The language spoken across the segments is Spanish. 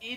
¿Y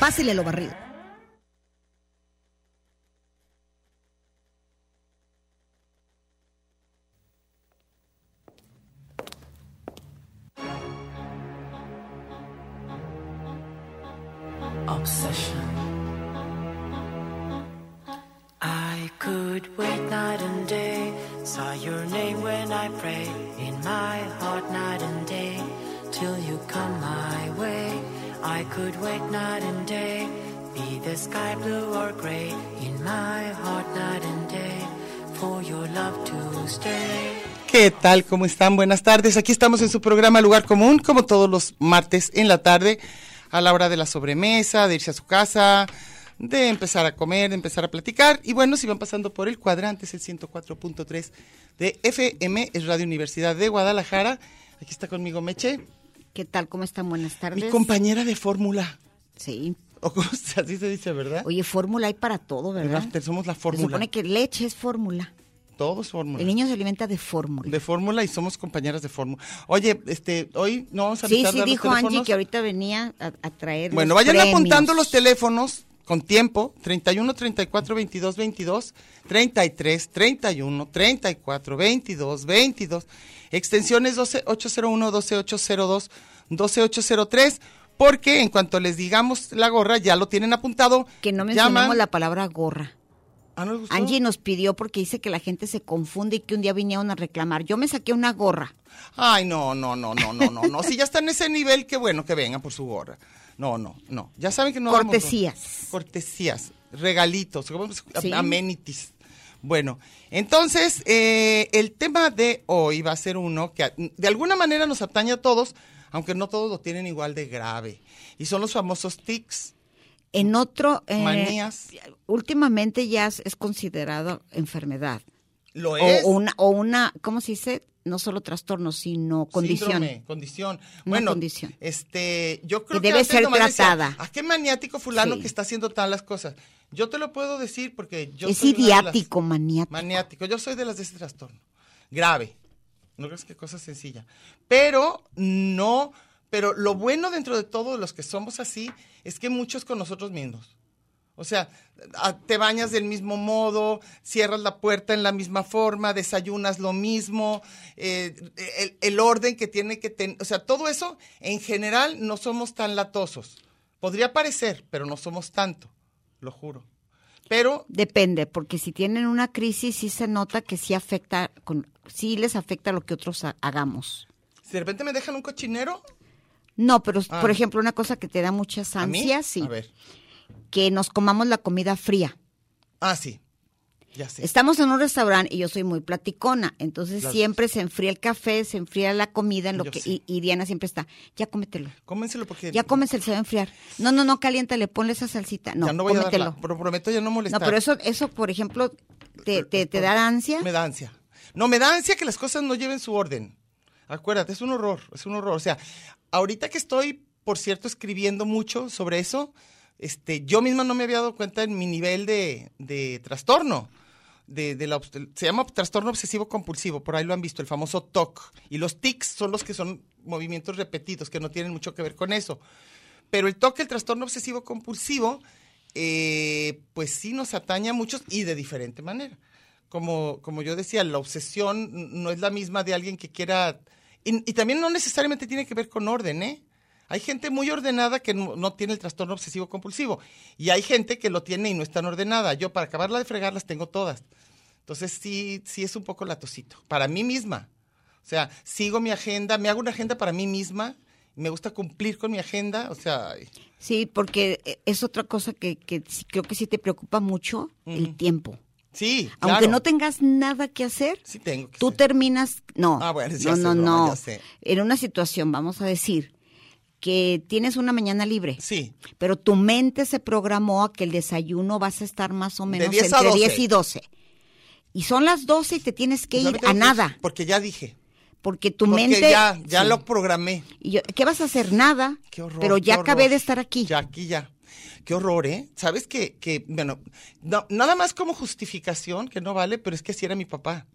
Pásele lo barrido. obsession. I could wait night and day. Saw your name when I pray in my heart, night and day, till you come my way. I could wait night and day. Be the sky blue or gray in my heart, night and day, for your love to stay. ¿Qué tal? ¿Cómo están? Buenas tardes. Aquí estamos en su programa Lugar Común, como todos los martes en la tarde, a la hora de la sobremesa, de irse a su casa, de empezar a comer, de empezar a platicar. Y bueno, si van pasando por el cuadrante, es el 104.3 de FM, es Radio Universidad de Guadalajara. Aquí está conmigo Meche, ¿Qué tal? ¿Cómo están? Buenas tardes. mi compañera de fórmula. Sí. O como se- así se dice, ¿verdad? Oye, fórmula hay para todo, El ¿verdad? after, somos la Se fórmula. supone que leche es fórmula. Todos fórmula. El niño se alimenta de fórmula. De fórmula y somos compañeras de fórmula. Oye, este, hoy no vamos a sí, aventar sí, dar los dijo Angie teléfonos. que ahorita venía a, a traer. Bueno, los vayan premios. apuntando los teléfonos con tiempo, 31 34 22 22, 33 31 34 22 22, extensiones 12 801 12 802 12 803, porque en cuanto les digamos la gorra ya lo tienen apuntado. Que no mencionamos Llaman- la palabra gorra. Ah, ¿no les gustó? Angie nos pidió porque dice que la gente se confunde y que un día vinieron a reclamar. Yo me saqué una gorra. Ay, no, no, no, no, no, no, no. Si ya está en ese nivel, qué bueno que vengan por su gorra. No, no, no. Ya saben que no damos gorra. Cortesías. Cortesías, regalitos, ¿cómo se- Sí. amenities. Bueno, entonces eh, el tema de hoy va a ser uno que a- de alguna manera nos atañe a todos, aunque no todos lo tienen igual de grave. Y son los famosos tics, En otro. eh, manías. Últimamente ya es, es considerado enfermedad. Lo O, es. o una, o una, ¿cómo se dice? No solo trastorno, sino condición. Síndrome, condición. Una bueno, condición. este, yo creo Que que debe antes ser nomás decía, tratada. ¿A qué maniático fulano Sí. que está haciendo tal las cosas? Yo te lo puedo decir porque yo es soy una de las- idiático, maniático. maniático. Yo soy de las de ese trastorno. Grave. No crees que cosa sencilla. Pero no, pero lo bueno dentro de todo de los que somos así es que muchos con nosotros mismos. O sea, a- te bañas del mismo modo, cierras la puerta en la misma forma, desayunas lo mismo, eh, el, el orden que tiene que tener, o sea, todo eso en general no somos tan latosos. Podría parecer, pero no somos tanto, lo juro. Pero Depende, porque si tienen una crisis sí se nota que sí afecta, con, sí les afecta lo que otros ha- hagamos. si de repente me dejan un cochinero, No, pero Ah. por ejemplo una cosa que te da muchas ¿a mí? ansias, sí, A ver. que nos comamos la comida fría. Ah, sí. Ya sé. Estamos en un restaurante y yo soy muy platicona, entonces Claro. siempre se enfría el café, se enfría la comida, en lo Yo que sé. y, y Diana siempre está, ya cómetelo, Cómenselo porque ya cómenselo, se va a enfriar. No, no, no, caliéntale, ponle esa salsita, no, ya no voy cómetelo. a darla. Pero prometo ya no molestar. no, pero eso, eso por ejemplo te, te, te da ansia. Me da ansia. No, me da ansia que las cosas no lleven su orden. Acuérdate, es un horror, es un horror. O sea, ahorita que estoy, por cierto, escribiendo mucho sobre eso, este, yo misma no me había dado cuenta en mi nivel de, de trastorno. De, de la obs- se llama trastorno obsesivo compulsivo, por ahí lo han visto, el famoso TOC. Y los tics son los que son movimientos repetidos, que no tienen mucho que ver con eso. Pero el toque, el trastorno obsesivo compulsivo, eh, pues sí nos atañe a muchos y de diferente manera. Como, como yo decía, la obsesión n- no es la misma de alguien que quiera... Y, y también no necesariamente tiene que ver con orden, ¿eh? Hay gente muy ordenada que no, no tiene el trastorno obsesivo compulsivo y hay gente que lo tiene y no es tan ordenada. Yo para acabarla de fregar las tengo todas. Entonces sí, sí es un poco latosito, para mí misma. O O sea, sigo mi agenda, me hago una agenda para mí misma, me gusta cumplir con mi agenda, o sea, ay, Sí, porque eh, es otra cosa que, que sí- creo que sí te preocupa mucho, el tiempo. sí, Aunque claro. no tengas nada que hacer, Sí tengo que tú ser. terminas, no, Ah, bueno, sí, no, haces no, broma, no. ya sé. en una situación, vamos a decir, que tienes una mañana libre, Sí, pero tu mente se programó a que el desayuno vas a estar más o menos 10 a entre 12. 10 y 12. Y son las 12 y te tienes que Pues ya ir me a tengo que ir, nada, Porque ya dije. porque tu porque mente... ya, ya sí. lo programé. Y yo, ¿Qué vas a hacer? Nada, Qué horror. pero ya qué acabé horror. de estar aquí. Ya aquí ya. Qué horror, ¿eh? ¿Sabes que, que bueno, no- nada más como justificación, que no vale, pero es que así era mi papá.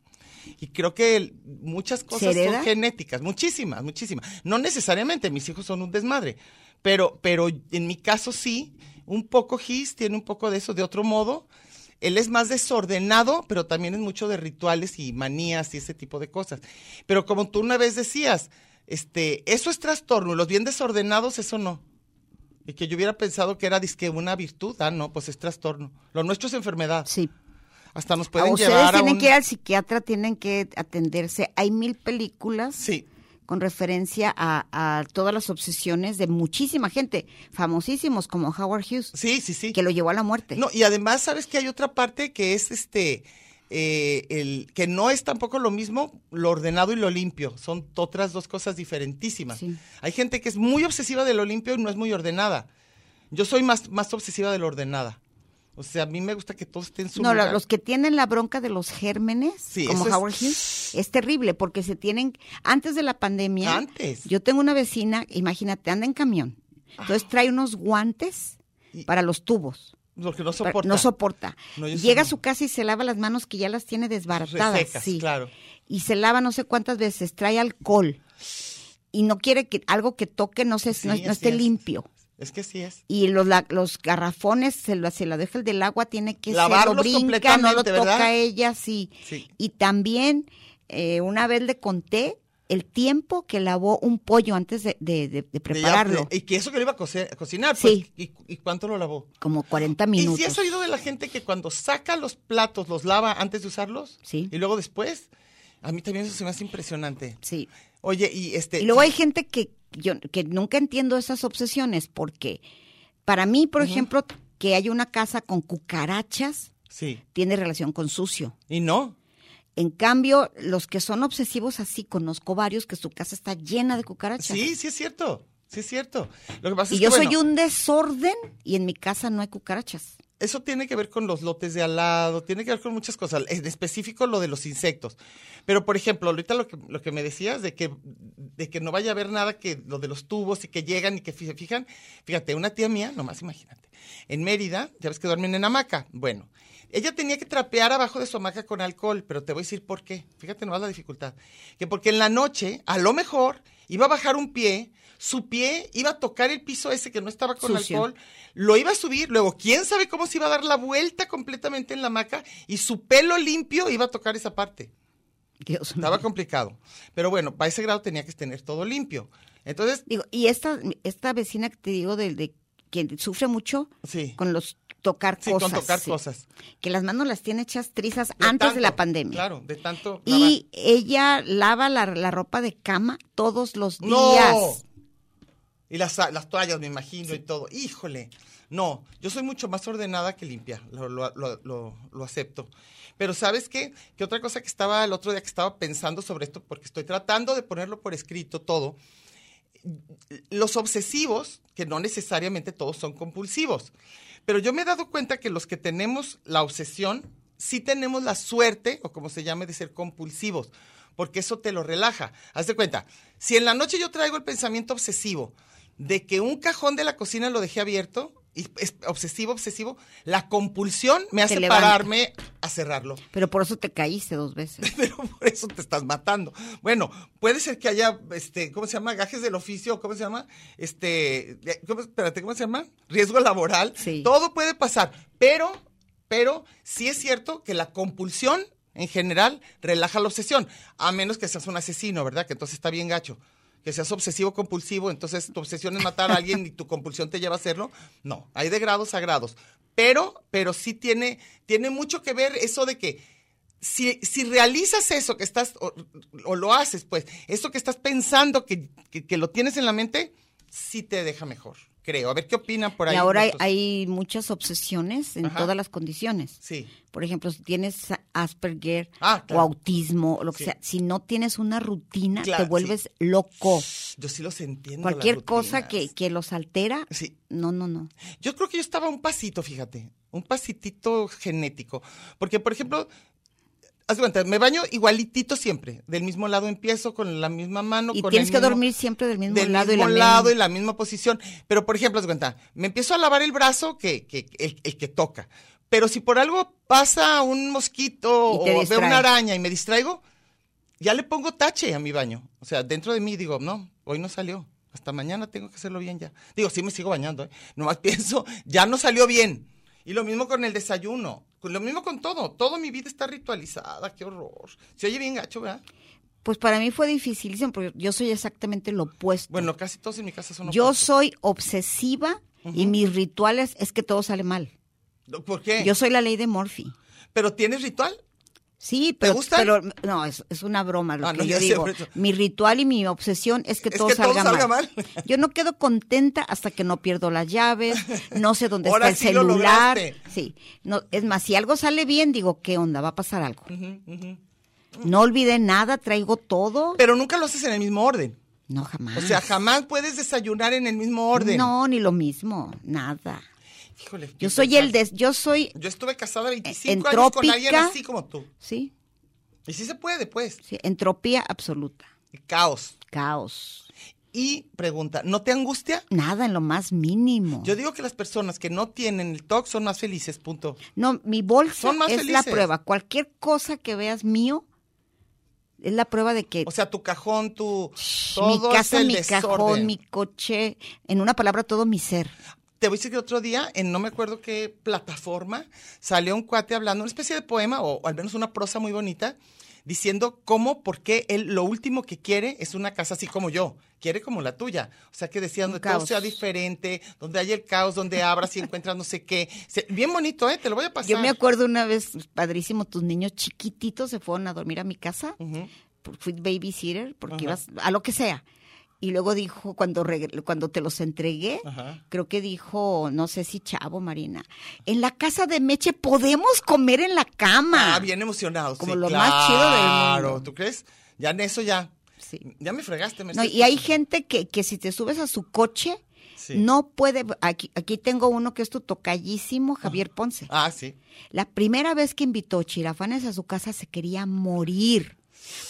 Y creo que el- muchas cosas ¿Se hereda? son genéticas, muchísimas, muchísimas. No necesariamente, mis hijos son un desmadre, pero, pero en mi caso sí, un poco Gis tiene un poco de eso, de otro modo. Él es más desordenado, pero también es mucho de rituales y manías y ese tipo de cosas. Pero como tú una vez decías, este, eso es trastorno, los bien desordenados, eso no. Y que yo hubiera pensado que era disque una virtud, ah, no, pues es trastorno. Lo nuestro es enfermedad. Sí, Hasta nos pueden ustedes llevar a tienen un... que ir al psiquiatra, tienen que atenderse. Hay mil películas Sí, con referencia a, a todas las obsesiones de muchísima gente, famosísimos como Howard Hughes, sí, sí, sí. que lo llevó a la muerte. No, y además, ¿sabes que hay otra parte que es este eh, el que no es tampoco lo mismo lo ordenado y lo limpio? Son otras dos cosas diferentísimas. Sí. Hay gente que es muy obsesiva de lo limpio y no es muy ordenada. Yo soy más, más obsesiva de lo ordenada. O sea, a mí me gusta que todo esté en su No, lo- lugar. los que tienen la bronca de los gérmenes, Sí, como eso es- Howard Hughes, es terrible porque se tienen, antes de la pandemia, Antes. Ah. yo tengo una vecina, imagínate, anda en camión, entonces trae unos guantes Y- para los tubos. Lo que no para- soporta. No soporta. No, yo Llega a sí no. su casa y se lava las manos que ya las tiene desbaratadas. Resecas, sí. claro. Y se lava no sé cuántas veces, trae alcohol. Y no quiere que algo que toque no, se, Sí, no, no así esté es. limpio. Es que sí es. Y los, la- los garrafones, se, lo, se la deja el del agua, tiene que Lavarlos se lo brinca, no completamente, lo toca ¿verdad? ella, sí. Sí. Y también, eh, una vez le conté el tiempo que lavó un pollo antes de, de- de- de prepararlo, Y que eso que lo iba a, cocer- a cocinar. pues, Sí. ¿y, y cuánto lo lavó? como 40 minutos. ¿Y si has oído de la gente que cuando saca los platos los lava antes de usarlos? Sí. Y luego después. A mí también eso se me hace impresionante. Sí. Oye, y este. Y luego hay gente que yo que nunca entiendo esas obsesiones porque para mí, por ejemplo, que hay una casa con cucarachas Sí. tiene relación con sucio. Y no. En cambio, los que son obsesivos así, conozco varios que su casa está llena de cucarachas. Sí, sí es cierto. Sí es cierto. Lo que pasa Y es yo que. soy bueno, un desorden y en mi casa no hay cucarachas. Eso tiene que ver con los lotes de al lado, tiene que ver con muchas cosas, en específico lo de los insectos. Pero, por ejemplo, ahorita lo que, lo que me decías de que, de que no vaya a haber nada que lo de los tubos y que llegan y que fi- se fijan. Fíjate, una tía mía, nomás imagínate, en Mérida, ya ves que duermen en hamaca. Bueno, ella tenía que trapear abajo de su hamaca con alcohol, pero te voy a decir por qué. Fíjate nomás la dificultad. Que porque en la noche, a lo mejor, iba a bajar un pie, su pie iba a tocar el piso ese que no estaba con Sucio. alcohol, lo iba a subir, luego quién sabe cómo se iba a dar la vuelta completamente en la hamaca y su pelo limpio iba a tocar esa parte. Dios mío. Estaba complicado. Pero bueno, para ese grado tenía que tener todo limpio. Entonces, Digo, y esta, esta vecina que te digo de, de que sufre mucho Sí. con los tocar sí, cosas. con tocar sí. cosas. Que las manos las tiene hechas trizas De antes de tanto, la pandemia. Claro, de tanto. lavar. Y ella lava la, la ropa de cama todos los días. ¡No! Y las, las toallas, me imagino, y todo. Híjole. No, yo soy mucho más ordenada que limpia, lo, lo- lo- lo- lo acepto. Pero ¿sabes qué? Que otra cosa que estaba el otro día que estaba pensando sobre esto, porque estoy tratando de ponerlo por escrito todo, los obsesivos, que no necesariamente todos son compulsivos, pero yo me he dado cuenta que los que tenemos la obsesión, sí tenemos la suerte, o como se llame, de ser compulsivos, porque eso te lo relaja. Haz de cuenta, si en la noche yo traigo el pensamiento obsesivo de que un cajón de la cocina lo dejé abierto, y es obsesivo, obsesivo, la compulsión me hace levanta. pararme a cerrarlo Pero por eso te caíste dos veces. pero por eso te estás matando. Bueno, puede ser que haya, este, ¿cómo se llama? Gajes del oficio, ¿cómo se llama? Este, de- ¿cómo, espérate, ¿cómo se llama? Riesgo laboral. Sí. Todo puede pasar, pero, pero sí es cierto que la compulsión en general relaja la obsesión, a menos que seas un asesino, ¿verdad? Que entonces está bien gacho. Que seas obsesivo compulsivo, entonces tu obsesión es matar a alguien y tu compulsión te lleva a hacerlo. No, hay de grados a grados. Pero, pero sí tiene, tiene mucho que ver eso de que si, si realizas eso que estás, o, o lo haces, pues, eso que estás pensando que, que, que lo tienes en la mente, sí te deja mejor, creo. A ver qué opinan por ahí. y ahora hay, nuestros- hay muchas obsesiones en Ajá. todas las condiciones. Sí. Por ejemplo, si tienes Asperger Ah, claro. o autismo, o lo que Sí. sea, si no tienes una rutina, Claro, te vuelves loco. Yo sí los entiendo. las Cualquier cosa que, rutinas. que los altera, Sí. no, no, no. Yo creo que yo estaba un pasito, fíjate, un pasitito genético. Porque, por ejemplo, haz de cuenta, me baño igualitito siempre. Del mismo lado empiezo, con la misma mano. Y con tienes el que mismo- dormir siempre del mismo del lado mismo y la lado misma- y la misma posición. Pero, por ejemplo, haz de cuenta, me empiezo a lavar el brazo que, que- el, el que toca. Pero si por algo pasa un mosquito Y te o veo distraes. una araña y me distraigo, ya le pongo tache a mi baño. O sea, dentro de mí digo, no, hoy no salió. Hasta mañana tengo que hacerlo bien ya. Digo, sí me sigo bañando, ¿eh? Nomás pienso, ya no salió bien. Y lo mismo con el desayuno. con- Lo mismo con todo. Todo mi vida está ritualizada. Qué horror. Se oye bien gacho, ¿verdad? Pues para mí fue dificilísimo porque yo soy exactamente lo opuesto. Bueno, casi todos en mi casa son yo opuestos. soy obsesiva y mis rituales es que todo sale mal. ¿Por qué? Yo soy la ley de Murphy. ¿Pero tienes ritual? Sí, pero, gusta? pero no, es, es una broma lo Ah, que no, yo ya sé, digo. por eso. Mi ritual y mi obsesión es que Es todo, que todo salga, salga mal. mal. Yo no quedo contenta hasta que no pierdo las llaves, no sé dónde Ahora está el sí lo celular. lograste. sí, no, es más, si algo sale bien, digo, ¿qué onda? Va a pasar algo. No olvidé nada, traigo todo. Pero nunca lo haces en el mismo orden. no, jamás. O sea, jamás puedes desayunar en el mismo orden. Ah. No, ni lo mismo, nada. Híjole. qué Yo soy el interesante. des, yo soy, Yo estuve casada 25 años con Entrópica. alguien así como tú. sí, Y sí se puede, pues. sí, entropía absoluta, Caos. caos, Y pregunta, ¿no te angustia? nada en lo más mínimo. Yo digo que las personas que no tienen el TOC son más felices, punto. No, mi bolsa Son más es la felices. prueba. Cualquier cosa que veas mío es la prueba de que O sea, tu cajón, tu... shh, Todo mi casa, es el mi cajón, desorden. mi coche, en una palabra, todo mi ser. Te voy a decir que otro día, en no me acuerdo qué plataforma, salió un cuate hablando, una especie de poema, o, o al menos una prosa muy bonita, diciendo cómo, por qué él lo último que quiere es una casa así como yo, quiere como la tuya. O sea, que decía donde todo caos. sea diferente, donde haya el caos, donde abras y encuentras no sé qué. Se- Bien bonito, ¿eh? Te lo voy a pasar. Yo me acuerdo una vez, padrísimo, tus niños chiquititos se fueron a dormir a mi casa. Ujú. por- Fui babysitter, porque Ajá. ibas a lo que sea. Y luego dijo, cuando, regre- cuando te los entregué, Ajá. creo que dijo, no sé si Chavo, Marina, en la casa de Meche podemos comer en la cama. Ah, bien emocionado. Como sí, lo más chido del Claro, mundo. ¿tú crees? Ya en eso ya. Sí. Ya me fregaste, No, Mercedes. y hay gente que, que si te subes a su coche, Sí. no puede. Aquí, aquí tengo uno que es tu tocallísimo, Javier Ponce. Ah, sí. La primera vez que invitó Chirafanes a su casa se quería morir,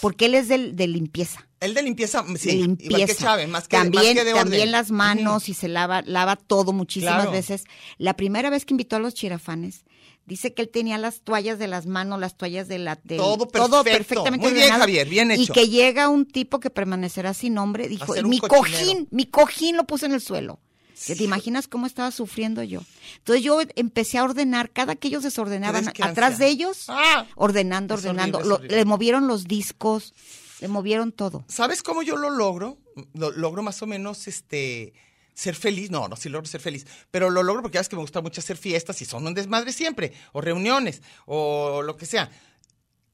porque él es del- de limpieza. El de limpieza, mm, sí, de igual que limpieza. Chávez, más que, también, más que de orden. también las manos Ujú. y se lava, lava todo muchísimas Claro. veces. La primera vez que invitó a los Chirafanes, dice que él tenía las toallas de las manos, las toallas de la de Todo perfecto. perfectamente Muy bien, ordenado. Javier, bien hecho. Y que llega un tipo que permanecerá sin nombre, dijo, Hacer un mi cochinero". cojín, mi cojín lo puse en el suelo. Que ¿Te imaginas cómo estaba sufriendo yo? Entonces yo empecé a ordenar, cada que ellos desordenaban, Qué descansa. atrás de ellos, Ah. ordenando, Es horrible, ordenando. es Lo- horrible. le movieron los discos, le movieron todo. ¿Sabes cómo yo lo logro? Lo- logro más o menos este ser feliz. No, no, sí logro ser feliz. Pero lo logro porque ya ves que me gusta mucho hacer fiestas y son un desmadre siempre. O reuniones, o lo que sea.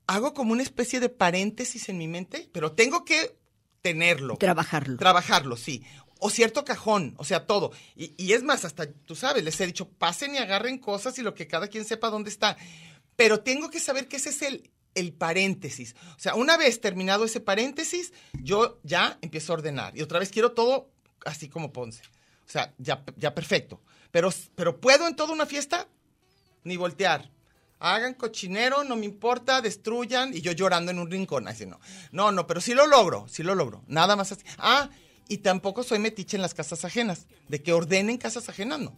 Hago como una especie de paréntesis en mi mente, pero tengo que tenerlo. Trabajarlo. Trabajarlo, sí. O cierto cajón, o sea, todo. Y, y es más, hasta tú sabes, les he dicho, pasen y agarren cosas y lo que cada quien sepa dónde está. Pero tengo que saber que ese es el, el paréntesis. O sea, una vez terminado ese paréntesis, yo ya empiezo a ordenar. Y otra vez quiero todo así como Ponce. O sea, ya, ya perfecto. Pero, pero puedo en toda una fiesta ni voltear. Hagan cochinero, no me importa, destruyan y yo llorando en un rincón. Así no. No, no, pero sí lo logro, sí lo logro. Nada más así. Ah, y tampoco soy metiche en las casas ajenas. De que ordenen casas ajenas, no.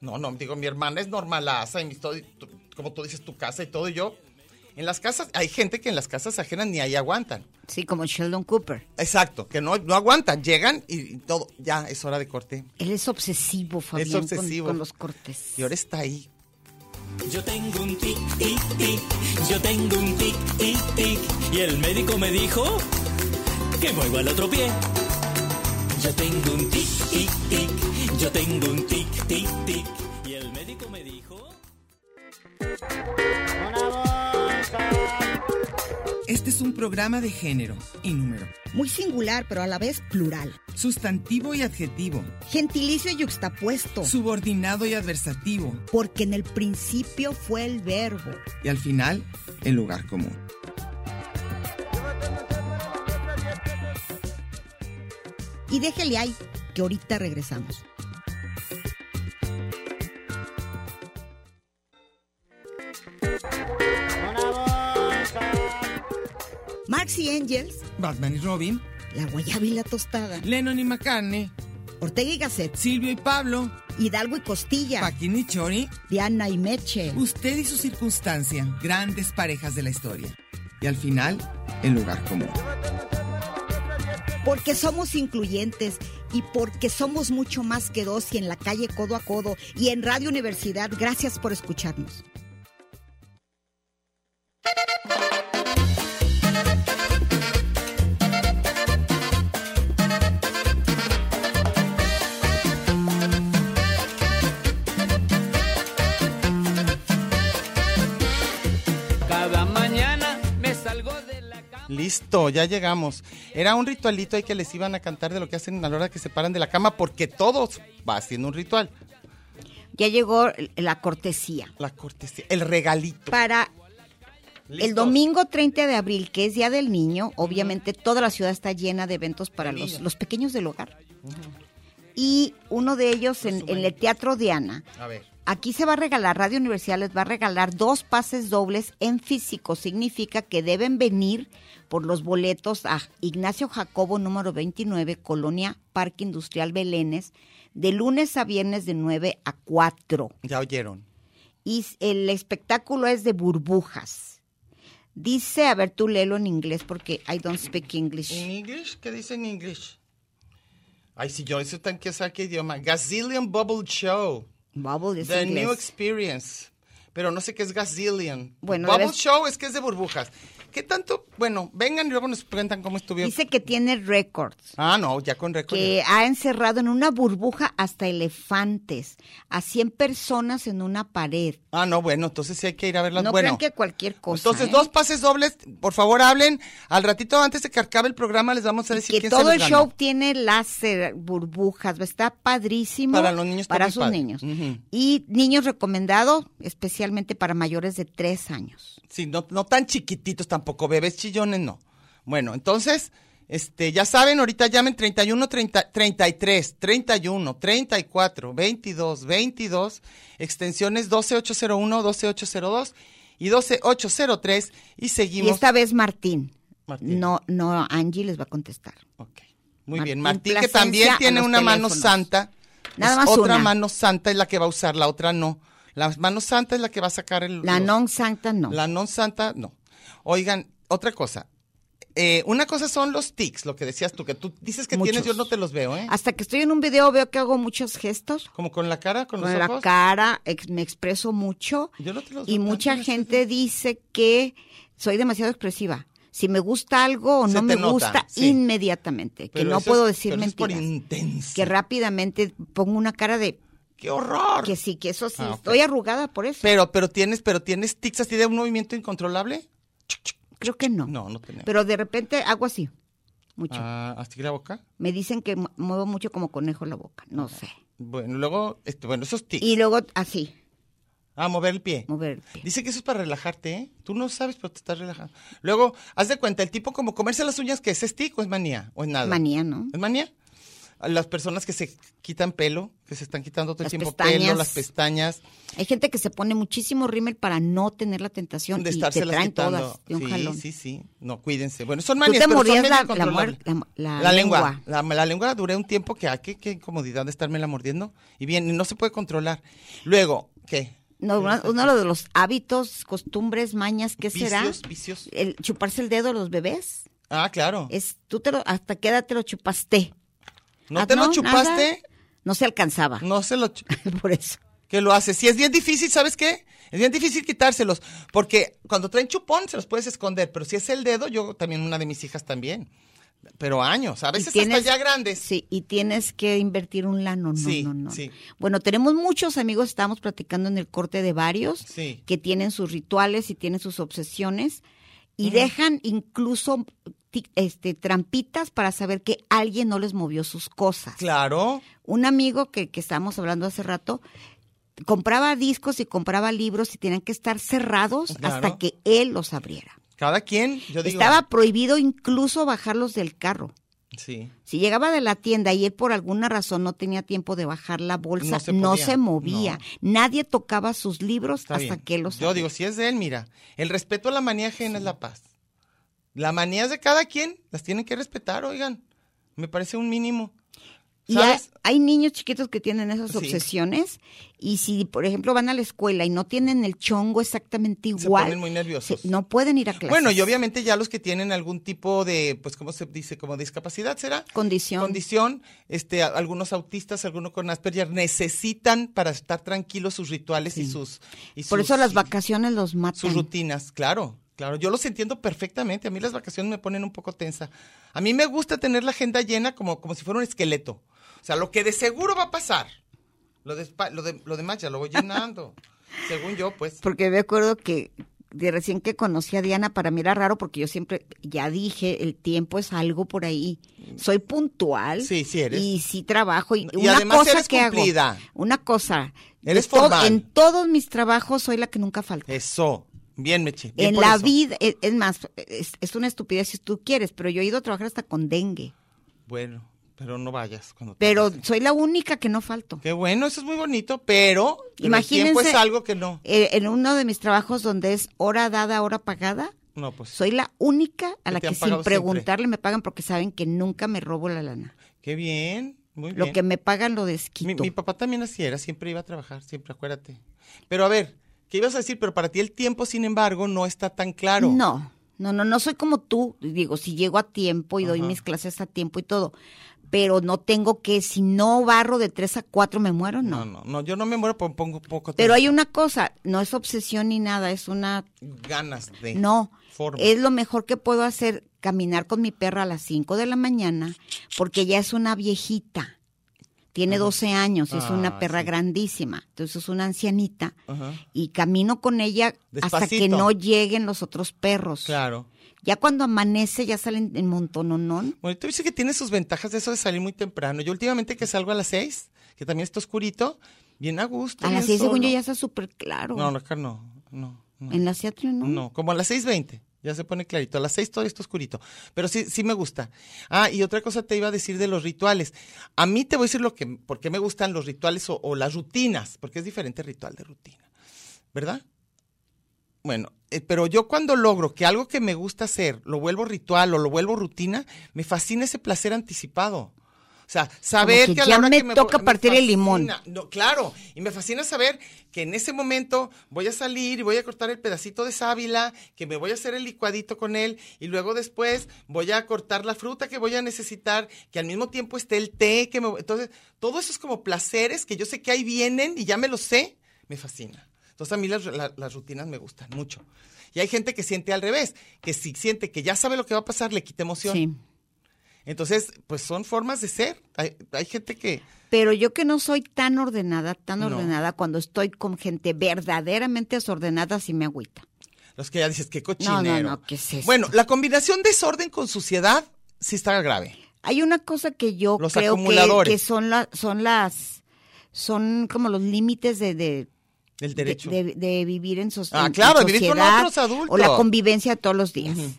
No, no, digo, mi hermana es normalaza y mis todo- y tú- como tú dices, tu casa y todo. Y yo, en las casas, hay gente que en las casas ajenas ni ahí aguantan. Sí, como Sheldon Cooper. Exacto, que no, no aguantan, llegan y, y todo. Ya, es hora de corte. Él es obsesivo, Fabián, Es obsesivo. Con, con los cortes. Y ahora está ahí. Yo tengo un tic, tic, tic. Yo tengo un tic, tic, tic. Y el médico me dijo que mueva el otro pie. Yo tengo un tic, tic, tic. Yo tengo un tic, tic, tic. Y el médico me dijo. Una bolsa Este es un programa de género y número, Muy singular, pero a la vez plural. sustantivo y adjetivo, Gentilicio Oh. yuxtapuesto. subordinado y adversativo, Porque en el principio fue el verbo. y al final, el lugar común. Y déjele ahí, que ahorita regresamos. Marx y Engels, Batman y Robin, la guayaba y la tostada. Lennon y McCartney, Ortega y Gasset, Silvio y Pablo, Hidalgo y Costilla, Paquín y Chori, Diana y Meche. usted y su circunstancia, grandes parejas de la historia. Y al final, el lugar común. Porque somos incluyentes y porque somos mucho más que dos y en la calle codo a codo y en Radio Universidad. Gracias por escucharnos. Cada mañana me salgo de la cama. Listo, ya llegamos. Era un ritualito ahí que les iban a cantar de lo que hacen a la hora que se paran de la cama, porque todos va haciendo un ritual. Ya llegó la cortesía. La cortesía, el regalito. Para el ¿Listos? domingo 30 de abril, que es Día del Niño, obviamente toda la ciudad está llena de eventos para los, los pequeños del hogar. Y uno de ellos en, en el Teatro Diana. A ver. Aquí se va a regalar, Radio Universidad les va a regalar dos pases dobles en físico. Significa que deben venir por los boletos a Ignacio Jacobo, número 29, Colonia Parque Industrial Belénes, de lunes a viernes de 9 a 4 Ya oyeron. y s- el espectáculo es de burbujas. Dice, a ver, tú léelo en inglés porque I don't speak ¿En English. inglés? ¿Qué dice en inglés? Ay, si yo eso tan que saber qué idioma. Gazillion Bubble Show. Bubble es Mm. The New inglés. Experience. Pero no sé qué es Gazillion. Bueno, Bubble debes- Show es que es de burbujas. ¿Qué tanto? Bueno, vengan y luego nos cuentan cómo estuvieron. Dice que tiene récords, Ah, no, ya con récord. que ha encerrado en una burbuja hasta elefantes, a 100 personas en una pared. Ah, no, bueno, entonces sí hay que ir a verlas. No crean bueno, que cualquier cosa. Pues, entonces ¿eh? dos pases dobles, por favor hablen. Al ratito antes de que acabe el programa les vamos a decir que quién todo se los el ganó. show tiene láser, burbujas, está padrísimo Para los niños está para muy sus padre. niños. Ujú. Y niños recomendado especialmente para mayores de tres años. Sí, no, no tan chiquititos tampoco, bebés chillones no. Bueno, entonces, este, ya saben, ahorita llamen 31 30, 33 31 34 22 22 extensiones 12801, 12802 y 12803 y seguimos. Y esta vez Martín. Martín. No, no, Angie les va a contestar. Ok, Muy Martín bien, Martín que Plasencia también a tiene los una mano teléfonos. santa. Nada Es más otra una. mano santa es la que va a usar, la otra no. La mano santa es la que va a sacar el La los- non santa no. La non santa, no. Oigan, otra cosa. Eh, una cosa son los tics, lo que decías tú, que tú dices que tienes, yo Muchos. no te los veo, ¿eh? Hasta que estoy en un video veo que hago muchos gestos Como con la cara, con, con los la ojos. cara, ex- me expreso mucho Yo no te los y veo mucha tanto, gente dice que soy demasiado expresiva. Si me gusta algo o Se no me te nota, gusta, sí. inmediatamente. Que Pero no eso es- puedo decir pero eso es por mentiras. intensa. que rápidamente pongo una cara de ¡Qué horror! que sí, que eso sí. Ah, ok. Estoy arrugada por eso. Pero, pero tienes, pero tienes tics así de un movimiento incontrolable. Creo que no. No, no tenemos. Pero de repente hago así. Mucho. Ah, así la boca. Me dicen que mu- muevo mucho como conejo la boca, no Ah. sé. Bueno, luego, este, bueno, esos tics. Y luego así, Ah, mover el pie. mover el pie. Dice que eso es para relajarte, ¿eh? Tú no sabes, pero te estás relajando. Luego, haz de cuenta, el tipo como comerse las uñas, que es? ¿Es tic o es manía? ¿O es nada? Manía, ¿no? ¿Es manía? A Las personas que se quitan pelo, que se están quitando todo el Las tiempo pelo, pestañas. las pestañas, Hay gente que se pone muchísimo rímel para no tener la tentación de y te estárselas traen quitando. todas de un sí, jalón. sí, sí. No, cuídense. Bueno, son Tú manías, te pero son mordías medio la, la incontrolables. muer- la- la La lengua. lengua. La, la lengua duré un tiempo que, ah, qué, qué incomodidad de estármela mordiendo. Y bien, no se puede controlar. Luego, ¿qué? No, una- uno, de los hábitos, costumbres, mañas, ¿qué será? Vicios, vicios. El chuparse el dedo a los bebés. Ah, claro. Es, tú te lo, hasta qué edad te lo chupaste. ¿No Ah, te lo nada. chupaste? No se alcanzaba. No se lo... chu- Por eso. que lo hace. Si es bien difícil, ¿sabes qué? Es bien difícil quitárselos, porque cuando traen chupón se los puedes esconder, pero si es el dedo, yo también, una de mis hijas también, pero años, a Y veces tienes- hasta ya grandes. Sí, y tienes que invertir un lano, no, Sí, no, no. sí. Bueno, tenemos muchos amigos, estábamos platicando en el corte de varios Sí. que tienen sus rituales y tienen sus obsesiones. y dejan incluso ti- este, trampitas para saber que alguien no les movió sus cosas. Claro. Un amigo que, que estábamos hablando hace rato compraba discos y compraba libros y tenían que estar cerrados Claro. hasta que él los abriera. Cada quien, yo digo. Estaba prohibido incluso bajarlos del carro. Sí. Si llegaba de la tienda y él por alguna razón no tenía tiempo de bajar la bolsa, no No se, se podía, movía. Nadie tocaba sus libros Está hasta bien. que los Yo abría. digo, si es de él, mira, el respeto a la manía ajena es la paz. Las manías de cada quien las tienen que respetar, oigan. Me parece un mínimo. Y ha- ¿Sabes? hay niños chiquitos que tienen esas Sí. obsesiones y si, por ejemplo, van a la escuela y no tienen el chongo exactamente Se igual, ponen muy nerviosos. se- no pueden ir a clase. Bueno, y obviamente ya los que tienen algún tipo de, pues, ¿cómo se dice? Como discapacidad, ¿será? Condición. Condición, este, a- algunos autistas, algunos con Asperger, necesitan para estar tranquilos sus rituales y sus... y Por eso sus- las vacaciones los sus matan. rutinas, claro, claro. Yo los entiendo perfectamente. A mí las vacaciones me ponen un poco tensa. A mí me gusta tener la agenda llena como, como si fuera un esqueleto. O sea, lo que de seguro va a pasar. Lo, de, lo, de- lo demás ya lo voy llenando. Según yo, pues. Porque me acuerdo que de recién que conocí a Diana, para mí era raro porque yo siempre, ya dije, el tiempo es algo por ahí. Soy puntual. Mm. Sí, sí eres. Y sí trabajo. Y, Y una además cosa eres que cumplida. hago. Una cosa. Eres de to- formal. En todos mis trabajos soy la que nunca falta. Eso. Bien, Meche. bien En por la eso. vida, es, es más, es, es una estupidez si tú quieres, pero yo he ido a trabajar hasta con dengue. Bueno, pero no vayas cuando te Pero pase. soy la única que no falto. Qué bueno, eso es muy bonito, pero, pero Imagínense- el tiempo es algo que no. Eh, en uno de mis trabajos donde es hora dada, hora pagada, No, pues. soy la única a Que la te que han sin pagado preguntarle me pagan porque saben que nunca me robo la lana. Qué bien, muy bien. Lo que me pagan lo Mi, desquito. mi papá también así era, siempre iba a trabajar, siempre, acuérdate. Pero a ver, ¿qué ibas a decir? Pero para ti el tiempo, sin embargo, no está tan claro. No, no, no, no soy como tú. Digo, si llego a tiempo y doy Ajá. mis clases a tiempo y todo, pero no tengo que, si no barro de 3 a 4 me muero, no. No, no, no, yo no me muero por pongo poco Pero hay tiempo. una cosa, no es obsesión ni nada, es una... ganas de No, forma. es lo mejor que puedo hacer, caminar con mi perra a las 5 de la mañana, porque ya es una viejita. Tiene 12 años, es una Ah, perra sí. grandísima, entonces es una ancianita. Ajá. Y camino con ella hasta Despacito. que no lleguen los otros perros. Claro. Ya cuando amanece ya salen en montononón. Bueno, tú dices que tiene sus ventajas de eso de salir muy temprano. Yo últimamente que salgo a las seis, que también está oscurito, bien a gusto. A bien las 6 según yo solo. ya está súper claro. No, no, acá no, no, no. en las 7 no. No, como a las 6.20. Ya se pone clarito. A las 6 todo está oscurito. Pero sí, sí me gusta. Ah, y otra cosa te iba a decir de los rituales. A mí te voy a decir lo que, por qué me gustan los rituales o, o las rutinas, porque es diferente ritual de rutina. ¿Verdad? Bueno, eh, pero yo cuando logro que algo que me gusta hacer lo vuelvo ritual o lo vuelvo rutina, me fascina ese placer anticipado. O sea, saber que que, a ya la hora me que me toca me partir el limón. fascina. No, claro, y me fascina saber que en ese momento voy a salir y voy a cortar el pedacito de sábila, que me voy a hacer el licuadito con él y luego después voy a cortar la fruta que voy a necesitar, que al mismo tiempo esté el té, que me... entonces todo eso es como placeres que yo sé que ahí vienen y ya me lo sé, me fascina. Entonces a mí las, la- las rutinas me gustan mucho. Y hay gente que siente al revés, que si siente que ya sabe lo que va a pasar, le quita emoción. Sí. Entonces, pues son formas de ser. Hay, hay gente que... Pero yo que no soy tan ordenada, tan No. ordenada, cuando estoy con gente verdaderamente desordenada, sí me agüita. Los que ya dices, qué cochinero. no, ¿qué es esto? Bueno, la combinación desorden con suciedad sí está grave. Hay una cosa que yo Los creo que, acumuladores. que son, la- son las, son como los límites de, de, El de, derecho. de- de vivir en, sos- Ah, en- claro, en vivir con sociedad otros adultos. O la convivencia de todos los días. Ujú.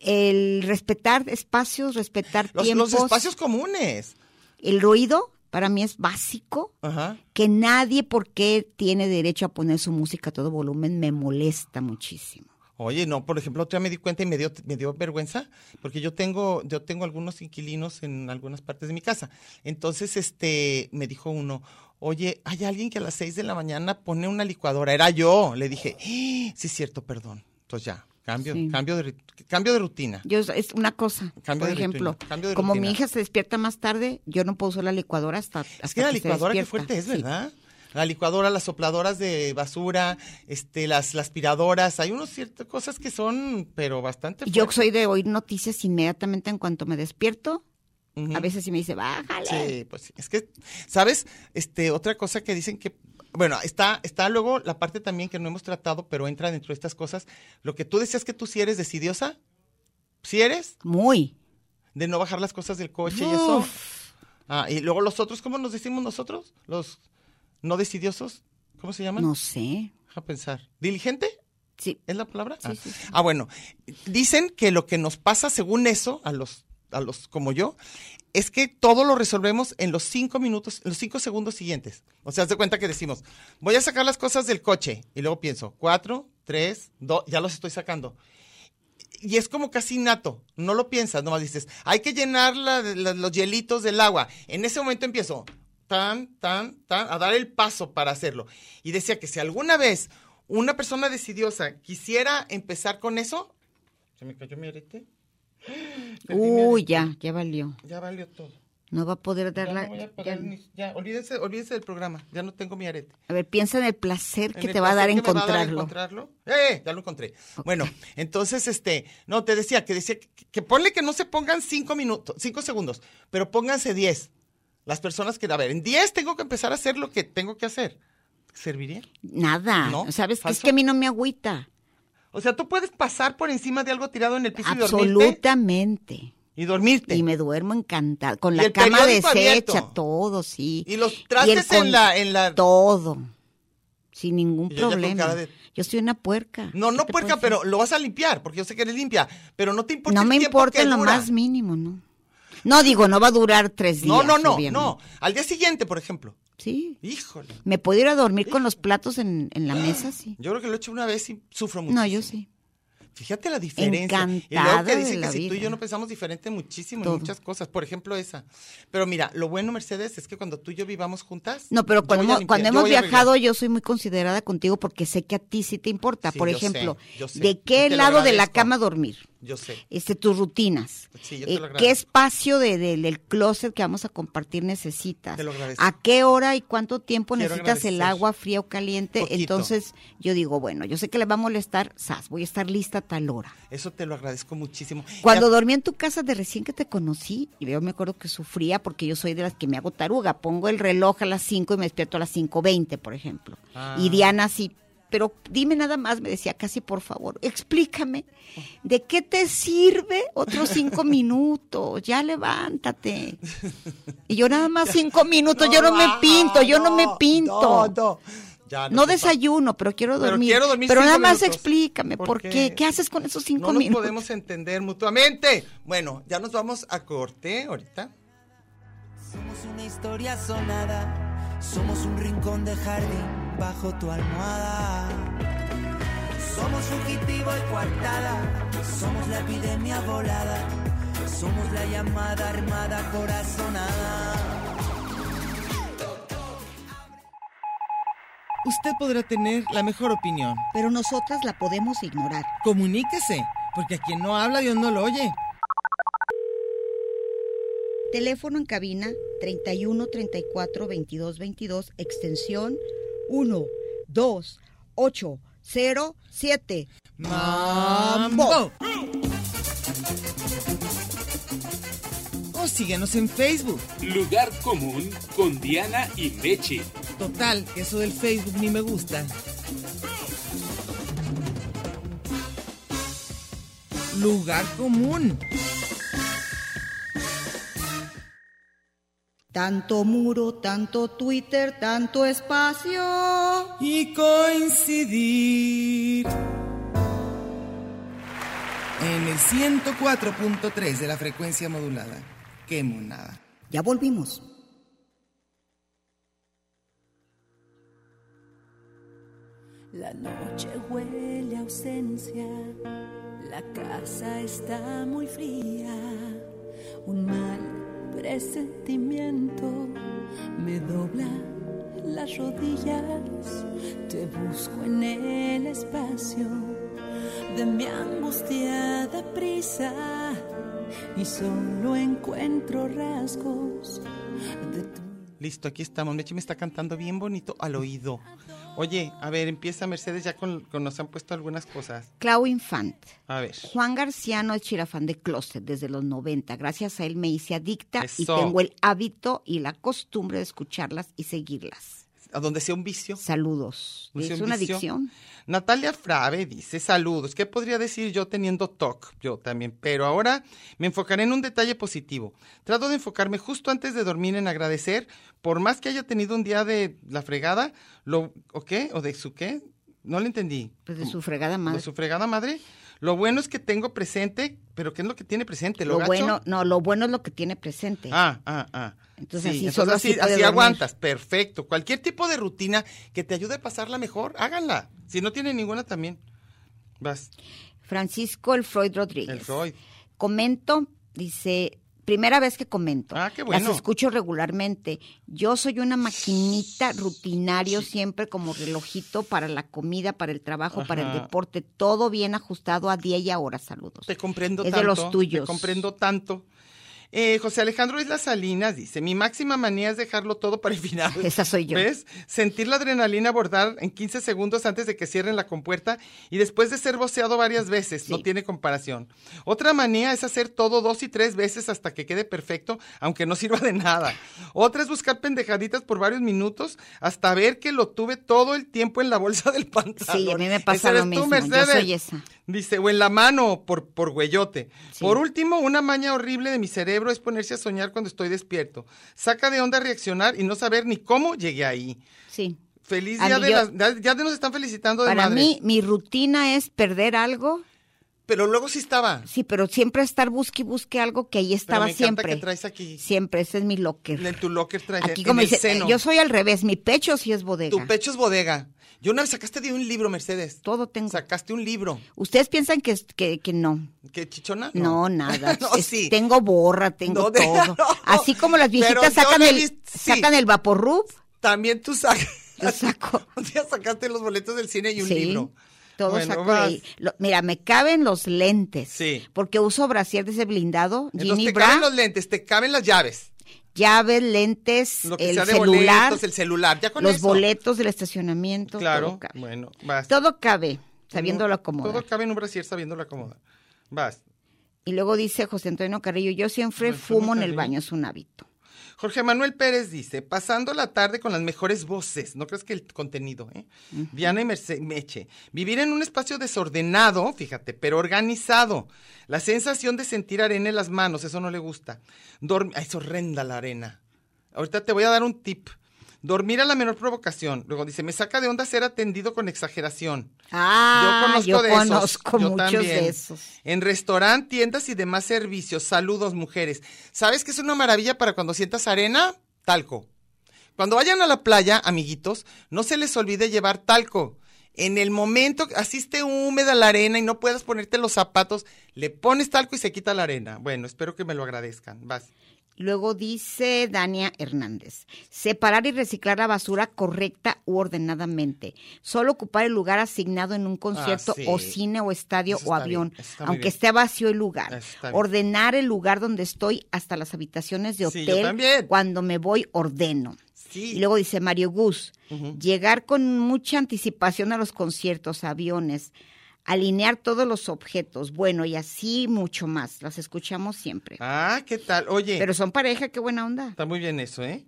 El respetar espacios, respetar los, los tiempos. espacios comunes. El ruido para mí es básico. Ajá. Que nadie, porque tiene derecho a poner su música a todo volumen, me molesta muchísimo. Oye, no, por ejemplo, otro día me di cuenta y me dio, me dio vergüenza, porque yo tengo, yo tengo algunos inquilinos en algunas partes de mi casa. Entonces, este, me dijo uno, oye, hay alguien que a las seis de la mañana pone una licuadora. Era yo. Le dije, "Ah, sí es cierto, perdón. Entonces ya, cambio, Sí. cambio de rit- cambio de rutina. Yo es una cosa, por Cambio de ejemplo, rutina, cambio de como mi rutina. hija se despierta más tarde, yo no puedo usar la licuadora hasta, hasta Es que la se licuadora qué despierta. fuerte es, Sí. ¿verdad? La licuadora, las sopladoras de basura, este, las, las aspiradoras, hay unas ciertas cosas que son, pero bastante Y Yo fuertes. soy de oír noticias inmediatamente en cuanto me despierto. Ujú. A veces sí me dice, bájale. Sí, pues sí. es que, ¿sabes? Este, otra cosa que dicen que Bueno, está, está luego la parte también que no hemos tratado, pero entra dentro de estas cosas. Lo que tú decías que tú sí eres decidiosa, si eres, Muy. de no bajar las cosas del coche y eso. Ah, y luego los otros, ¿cómo nos decimos nosotros? Los no decidiosos, ¿cómo se llaman? No sé. Deja pensar. ¿Diligente? Sí. ¿Es la palabra? Sí, ah. sí, sí. Ah, bueno. Dicen que lo que nos pasa según eso, a los, a los como yo, es que todo lo resolvemos en los cinco minutos, en los cinco segundos siguientes. O sea, haz de cuenta que decimos, voy a sacar las cosas del coche. Y luego pienso, cuatro, tres, dos, ya los estoy sacando. Y es como casi innato, no lo piensas, nomás dices, hay que llenar la- la- los hielitos del agua. En ese momento empiezo tan, tan, tan, a dar el paso para hacerlo. Y decía que si alguna vez una persona decidiosa quisiera empezar con eso, se me cayó mi arete. Perdí mi Uy, arete. ya, ya valió. Ya valió todo. No va a poder Ya dar la... no voy a ya pagar no. ni- ya, olvídense, olvídense del programa, ya no tengo mi arete. A ver, piensa en el placer En que el te va a dar placer que me va encontrarlo. encontrarlo. ¡Eh! Ya lo encontré. Bueno, entonces, este, no, te decía que decía que, que ponle que no se pongan cinco minutos, cinco segundos, pero pónganse diez. Las personas que, a ver, en diez tengo que empezar a hacer lo que tengo que hacer. ¿Serviría? Nada. No, ¿Sabes qué? Es falso. que a mí no me agüita. O sea, tú puedes pasar por encima de algo tirado en el piso y dormirte. Absolutamente. Y dormirte. Y me duermo encantada. Con Y la el cama periódico deshecha, abierto. todo, sí. Y los el trastes en la, en la. Todo. Sin ningún Y yo ya con problema. cara de- Yo soy una puerca. No, ¿Qué no te puerca, puedo decir? pero lo vas a limpiar, porque yo sé que eres limpia. Pero no te importa. No el me tiempo importa que en lo dura. más mínimo, ¿no? No, digo, no va a durar tres días. No, no, no, obviamente. no. Al día siguiente, por ejemplo. Sí. Híjole. ¿Me puedo ir a dormir con los platos en, en la mesa? Sí. Yo creo que lo he hecho una vez y sufro mucho. No, yo sí. Fíjate la diferencia. y luego Encantada que de dicen que la si tú y vida. yo no pensamos diferente muchísimo Todo. en muchas cosas. Por ejemplo, esa. Pero mira, lo bueno, Mercedes, es que cuando tú y yo vivamos juntas. No, pero yo cuando, voy a hemos- cuando limpiar, yo hemos voy a arreglar. viajado yo soy muy considerada contigo porque sé que a ti sí te importa. Sí, Por yo sé, ejemplo, yo sé. Y ¿de te qué lo lado de la agradezco. cama dormir? Yo sé. este, tus rutinas. Eh, Sí, yo te lo agradezco. ¿Qué espacio de, de- del closet que vamos a compartir necesitas? Te lo agradezco. ¿A qué hora y cuánto tiempo Quiero necesitas el agradecer. agua fría o caliente? Poquito. Entonces yo digo, bueno, yo sé que le va a molestar, sas, voy a estar lista a tal hora. Eso te lo agradezco muchísimo. Cuando Ya- dormí en tu casa de recién que te conocí, y yo me acuerdo que sufría porque yo soy de las que me hago taruga. Pongo el reloj a las 5 y me despierto a las 5.20, por ejemplo. Ah. Y Diana sí, pero dime nada más, me decía casi por favor, explícame, ¿de qué te sirve otros cinco minutos? Ya levántate. Y yo nada más cinco minutos, yo no me ah, pinto, yo no, me no, pinto. No, no. Ya, No compa. desayuno, pero quiero Pero dormir. quiero dormir cinco nada más minutos. explícame, ¿Por ¿por, qué? qué? qué? haces con esos cinco No nos minutos? podemos entender mutuamente. Bueno, ya nos vamos a corte ahorita. Somos una historia sonada, somos un rincón de jardín bajo tu almohada. Somos fugitivo y coartada, somos la epidemia volada, somos la llamada armada corazonada. Usted podrá tener la mejor opinión. Pero nosotras la podemos ignorar. Comuníquese, porque a quien no habla, Dios no lo oye. Teléfono en cabina 31 34 22 22, extensión 1 2 8 0 7. ¡Mambo! O síguenos en Facebook. Lugar común con Diana y Meche. Total, que eso del Facebook ni me gusta. Lugar común. Tanto muro, tanto Twitter, tanto espacio. y coincidir. En el 104.3 de la frecuencia modulada. Qué monada. Ya volvimos. La noche huele a ausencia, la casa está muy fría, un mal presentimiento me dobla las rodillas, te busco en el espacio de mi angustiada prisa y solo encuentro rasgos de tu... Listo, aquí estamos. Meche me está cantando bien bonito al oído. Oye, a ver, empieza Mercedes ya con, con- nos han puesto algunas cosas. Clau Infant. A ver. Juan García no es chirafán de closet desde los 90. Gracias a él me hice adicta y Eso. tengo el hábito y la costumbre de escucharlas y seguirlas. a donde sea un vicio. Saludos. ¿No sea es un una vicio? adicción. Natalia Frave dice, saludos, ¿qué podría decir yo teniendo TOC? Yo también, pero ahora me enfocaré en un detalle positivo. Trato de enfocarme justo antes de dormir en agradecer, por más que haya tenido un día de la fregada, lo, ¿o qué? ¿O de su qué? No lo entendí. Pues de ¿Cómo? su fregada madre. ¿De su fregada madre? Lo bueno es que tengo presente, pero ¿qué es lo que tiene presente? Lo gacho? bueno, no, lo bueno es lo que tiene presente. Ah, ah, ah. Entonces, Sí, así solo así así, puede dormir. aguantas, perfecto. Cualquier tipo de rutina que te ayude a pasarla mejor, háganla. Si no tiene ninguna también. Vas, Francisco el Freud Rodríguez. el Freud. Comento, dice, primera vez que comento. Ah, qué bueno. Las escucho regularmente. Yo soy una maquinita rutinario, siempre como relojito para la comida, para el trabajo, para el Ajá. deporte, todo bien ajustado a día y a hora. Saludos. Te comprendo Es de tanto. los tuyos. Te comprendo tanto. Eh, José Alejandro Islas Salinas dice, mi máxima manía es dejarlo todo para el final. Esa soy yo. ¿Ves? Sentir la adrenalina abordar en 15 segundos antes de que cierren la compuerta y después de ser voceado varias veces. No Sí. tiene comparación. Otra manía es hacer todo dos y tres veces hasta que quede perfecto, aunque no sirva de nada. Otra es buscar pendejaditas por varios minutos hasta ver que lo tuve todo el tiempo en la bolsa del pantalón. Sí, a mí me Esa pasa eres lo tú, mismo. Yo Mercedes. soy esa. Dice, o en la mano, por, por güeyote. Sí. Por último, una maña horrible de mi cerebro es ponerse a soñar cuando estoy despierto. Saca de onda reaccionar y no saber ni cómo llegué ahí. Sí. Feliz A día mí de yo- las- ya- Ya nos están felicitando de Para madres. mí, mi rutina es perder algo, Pero luego sí estaba. sí, pero siempre estar busque y busque algo que ahí Pero estaba me encanta siempre. que traes aquí. Siempre, ese es mi locker. En tu locker traes Aquí en como el dice, eh, seno. yo soy al revés, mi pecho sí es bodega. Tu pecho es bodega. Yo una vez sacaste de un libro, Mercedes. Todo tengo. Sacaste un libro. Ustedes piensan que, es- que, que no. ¿Qué, chichona? No, nada. no, Es- sí. Tengo borra, tengo No, de- todo. no. Así como las Pero viejitas yo sacan no he el, vis- sí. sacan el vaporrub, También tú sacas. yo saco. Un día sacaste los boletos del cine y un sí, libro. Todo Bueno, saco de vas. ahí. Lo- mira, me caben los lentes. Sí. Porque uso brasier de ese blindado, Entonces Ginny te Bra, caben los lentes, te caben las llaves. llaves, lentes, Lo que el sea de celular, boletos, el celular. Ya con los eso. boletos del estacionamiento. Claro, Todo cabe. bueno, vas. Todo cabe, sabiéndolo acomodar. Todo cabe en un brasier sabiéndolo acomodar. Vas. Y luego dice José Antonio Carrillo, yo siempre José Antonio fumo en el Carrillo. baño, es un hábito. Jorge Manuel Pérez dice, pasando la tarde con las mejores voces, no crees que el contenido, ¿eh? Diana y Merce- Meche, vivir en un espacio desordenado, fíjate, pero organizado. La sensación de sentir arena en las manos, eso no le gusta. Dorm- Ay, es horrenda la arena. Ahorita te voy a dar un tip. Dormir a la menor provocación. Luego dice, me saca de onda ser atendido con exageración. Ah, yo de esos. conozco Yo muchos también. de esos. En restaurante, tiendas y demás servicios. Saludos, mujeres. ¿Sabes qué es una maravilla para cuando sientas arena? Talco. Cuando vayan a la playa, amiguitos, no se les olvide llevar talco. En el momento que así esté húmeda la arena y no puedas ponerte los zapatos, le pones talco y se quita la arena. Bueno, espero que me lo agradezcan. Vas. Luego dice Dania Hernández, separar y reciclar la basura correcta u ordenadamente. Solo ocupar el lugar asignado en un concierto Ah, sí. o cine o estadio Eso o está bien, avión, eso está muy aunque bien. esté vacío el lugar. Eso está bien. Ordenar el lugar donde estoy hasta las habitaciones de Sí, hotel. yo también. Cuando me voy, ordeno. Sí. Y luego dice Mario Gus, llegar con mucha anticipación a los conciertos, aviones, alinear todos los objetos, bueno, y así mucho más. Las escuchamos siempre. Ah, ¿qué tal? Oye. Pero son pareja, qué buena onda. Está muy bien eso, ¿eh?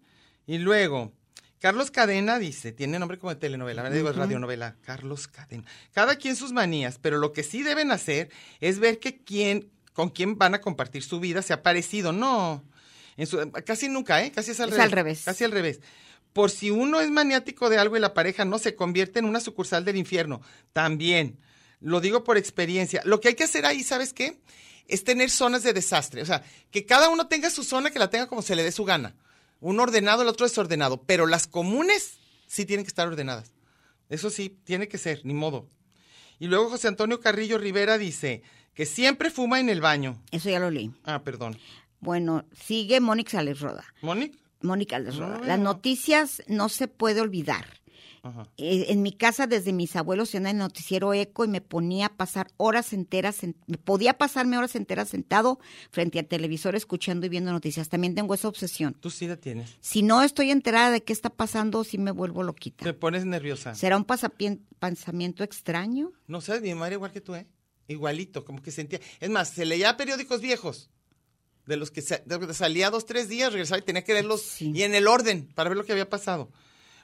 Y luego, Carlos Cadena dice, tiene nombre como de telenovela, ¿verdad? Digo, es radionovela. Carlos Cadena. Cada quien sus manías, pero lo que sí deben hacer es ver que quién, con quién van a compartir su vida se ha parecido. No, en su- casi nunca, ¿eh? Casi es al Es revés. al revés. Casi al revés. Por si uno es maniático de algo y la pareja no se convierte en una sucursal del infierno, también. Lo digo por experiencia. Lo que hay que hacer ahí, ¿sabes qué? Es tener zonas de desastre. O sea, que cada uno tenga su zona, que la tenga como se le dé su gana. Uno ordenado, el otro desordenado. Pero las comunes sí tienen que estar ordenadas. Eso sí, tiene que ser, ni modo. Y luego José Antonio Carrillo Rivera dice que siempre fuma en el baño. Eso ya lo leí. Ah, perdón. Bueno, sigue Mónica Alex Roda. ¿Monic? Mónica Alex Roda. No, Las no. noticias no se puede olvidar. Ajá. Eh, En mi casa, desde mis abuelos, en el noticiero eco y me ponía a pasar horas enteras, en- me podía pasarme horas enteras sentado frente al televisor escuchando y viendo noticias. También tengo esa obsesión. Tú sí la tienes. Si no estoy enterada de qué está pasando, sí me vuelvo Te loquita. pones nerviosa. ¿Será un pasapien- pensamiento extraño? No sabes, mi madre igual que tú, ¿eh? Igualito, como que sentía. Es más, se leía periódicos viejos, de los que sa- de- de- salía dos, tres días, regresaba y tenía que leerlos Sí. y en el orden para ver lo que había pasado.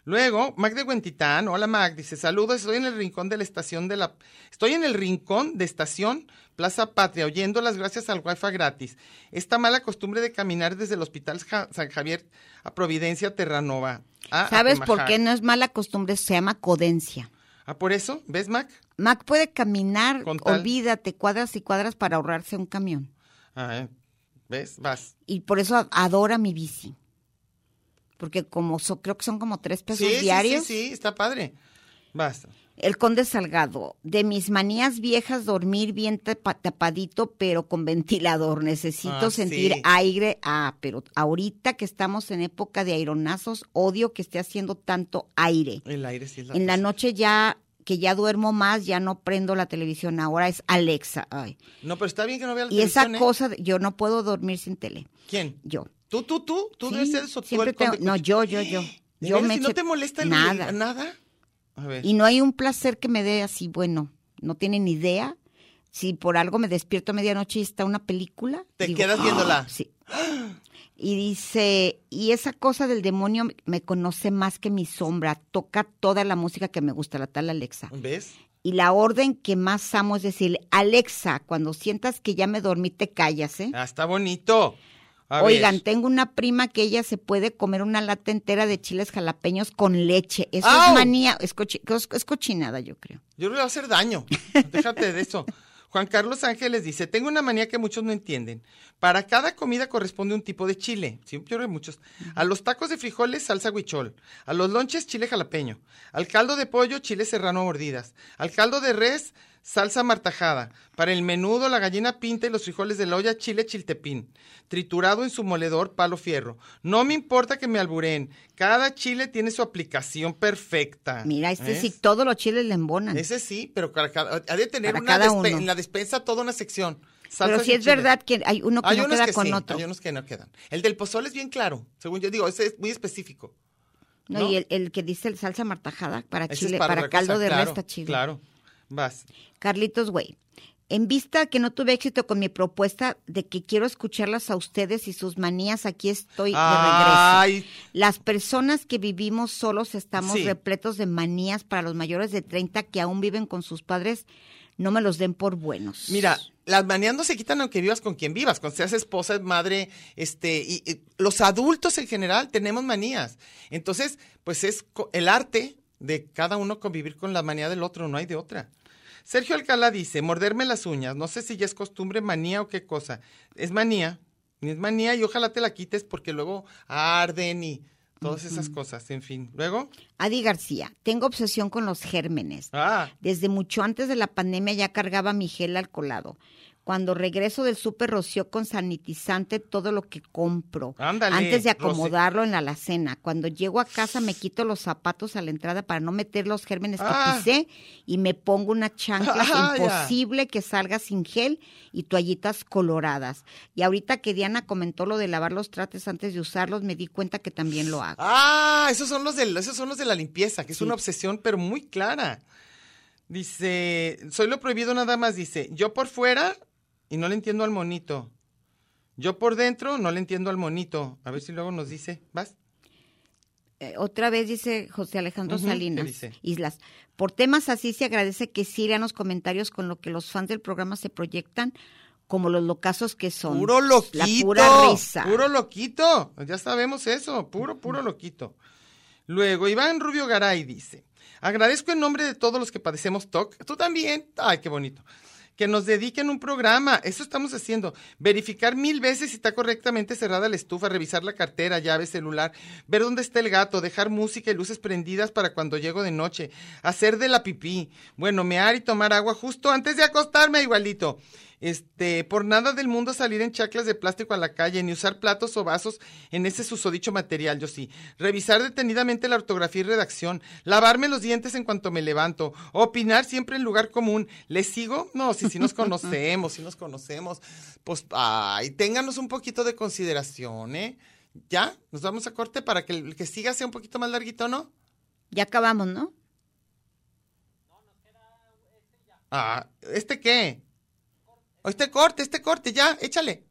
Luego, Mac de Huentitán, hola Mac, dice, saludos, estoy en el rincón de la estación de la... Estoy en el rincón de estación Plaza Patria, oyendo las gracias al Wi-Fi gratis. Esta mala costumbre de caminar desde el Hospital Ja- San Javier a Providencia Terranova. a ¿Sabes por Atemajac. qué no es mala costumbre? Se llama codencia. Ah, por eso, ¿ves Mac? Mac puede caminar, Con tal- olvídate, cuadras y cuadras para ahorrarse un camión. Ah, ¿Ves? Vas. Y por eso a- adora mi bici. Porque como so- creo que son como tres pesos Sí, sí, diarios. Sí, sí, está padre. Basta. El conde Salgado, de mis manías viejas, dormir bien tapa- tapadito, pero con ventilador. Necesito Ah, sentir sí. aire. Ah, pero ahorita que estamos en época de aironazos, odio que esté haciendo tanto aire. El aire sí es En la cosa. noche ya que ya duermo más, ya no prendo la televisión. Ahora es Alexa. Ay. No, pero está bien que no vea la Y esa televisión, ¿eh? cosa, de- yo no puedo dormir sin tele. ¿Quién? Yo. ¿Tú, tú, tú? ¿Tú Sí, debes ser eso? tú, siempre el conde tengo- no, Cucho? yo, yo, yo. ¿De Yo veras? me ¿Y no eche- te molesta el- nada. nada? A ver. Y no hay un placer que me dé así, bueno, no tienen idea. Si por algo me despierto a medianoche y está una película. Te quedas "Ah", viéndola. Sí. Y dice, y esa cosa del demonio me conoce más que mi sombra, toca toda la música que me gusta, la tal Alexa. ¿Ves? Y la orden que más amo es decirle, Alexa, cuando sientas que ya me dormí, te callas, ¿eh? Ah, está bonito. A Oigan, ver. tengo una prima que ella se puede comer una lata entera de chiles jalapeños con leche. Eso ¡Au! es manía, es, cochi- es- es cochinada, yo creo. Yo le voy a hacer daño. Déjate de eso. Juan Carlos Ángeles dice, tengo una manía que muchos no entienden. Para cada comida corresponde un tipo de chile. Sí, yo creo que muchos. A los tacos de frijoles, salsa huichol. A los lonches, chile jalapeño. Al caldo de pollo, chile serrano a mordidas. Al caldo de res, salsa martajada. Para el menudo, la gallina pinta y los frijoles de la olla, chile chiltepín. Triturado en su moledor, palo fierro. No me importa que me alburen. Cada chile tiene su aplicación perfecta. Mira, este ¿Ves? sí, todos los chiles le embonan. ¿Eh? Ese sí, pero para cada- ha de tener Para una cada despe- uno. en la despensa toda una sección. Pero Salsas sí y es chiles. verdad que hay uno que hay no unos queda que con sí, otro. hay unos que no quedan. El del pozole es bien claro, según yo digo, ese es muy específico. No, ¿no? Y el, el que dice el salsa martajada para Ese es chile, para para, otra caldo cosa, de claro, res está chido. Claro, vas. Carlitos, güey. En vista que no tuve éxito con mi propuesta de que quiero escucharlas a ustedes y sus manías, aquí estoy de regreso. Ay, Las personas que vivimos solos estamos Sí. repletos de manías para los mayores de 30 que aún viven con sus padres, no me los den por buenos. mira, las manías no se quitan aunque vivas con quien vivas, cuando seas esposa, madre, este, y, y los adultos en general tenemos manías. Entonces, pues es co- el arte de cada uno convivir con la manía del otro, no hay de otra. Sergio Alcalá dice, morderme las uñas, no sé si ya es costumbre, manía o qué cosa. Es manía, es manía y ojalá te la quites porque luego arden y todas esas cosas, en fin. Luego, Adi García, tengo obsesión con los gérmenes. ah, Desde mucho antes de la pandemia ya cargaba mi gel alcoholado. Cuando regreso del súper rocío con sanitizante todo lo que compro. Ándale, antes de Rosy. acomodarlo en la alacena. Cuando llego a casa me quito los zapatos a la entrada para no meter los gérmenes Ah. que pisé y me pongo una chancla Ah, ya. imposible que salga sin gel y toallitas coloradas. Y ahorita que Diana comentó lo de lavar los trates antes de usarlos, me di cuenta que también lo hago. Ah, esos son los de, esos son los de la limpieza, que es Sí. una obsesión, pero muy clara. Dice, soy lo prohibido nada más, dice, yo por fuera y no le entiendo al monito. Yo por dentro no le entiendo al monito. A ver si luego nos dice, ¿vas? Eh, otra vez dice José Alejandro Ujú, ¿qué Salinas dice? Islas. Por temas así se agradece que sí lean los comentarios con lo que los fans del programa se proyectan como los locazos que son. Puro loquito. La pura risa. Puro loquito. Ya sabemos eso. Puro, puro loquito. Luego, Iván Rubio Garay dice: Agradezco en nombre de todos los que padecemos TOC. Tú también. Ay, qué bonito. Que nos dediquen un programa. Eso estamos haciendo. Verificar mil veces si está correctamente cerrada la estufa, revisar la cartera, llave, celular, ver dónde está el gato, dejar música y luces prendidas para cuando llego de noche, hacer de la pipí. Bueno, mear y tomar agua justo antes de acostarme, igualito. Este, por nada del mundo salir en chaclas de plástico a la calle, ni usar platos o vasos en ese susodicho material, yo sí. Revisar detenidamente la ortografía y redacción, lavarme los dientes en cuanto me levanto, opinar siempre en lugar común. ¿Les sigo? No, si si nos conocemos, si nos conocemos. Pues, ay, ténganos un poquito de consideración, ¿eh? ¿Ya? ¿Nos vamos a corte para que el que siga sea un poquito más larguito, no? Ya acabamos, ¿no? Ah, ¿este qué? O Este corte, este corte, ya, échale.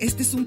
Este es un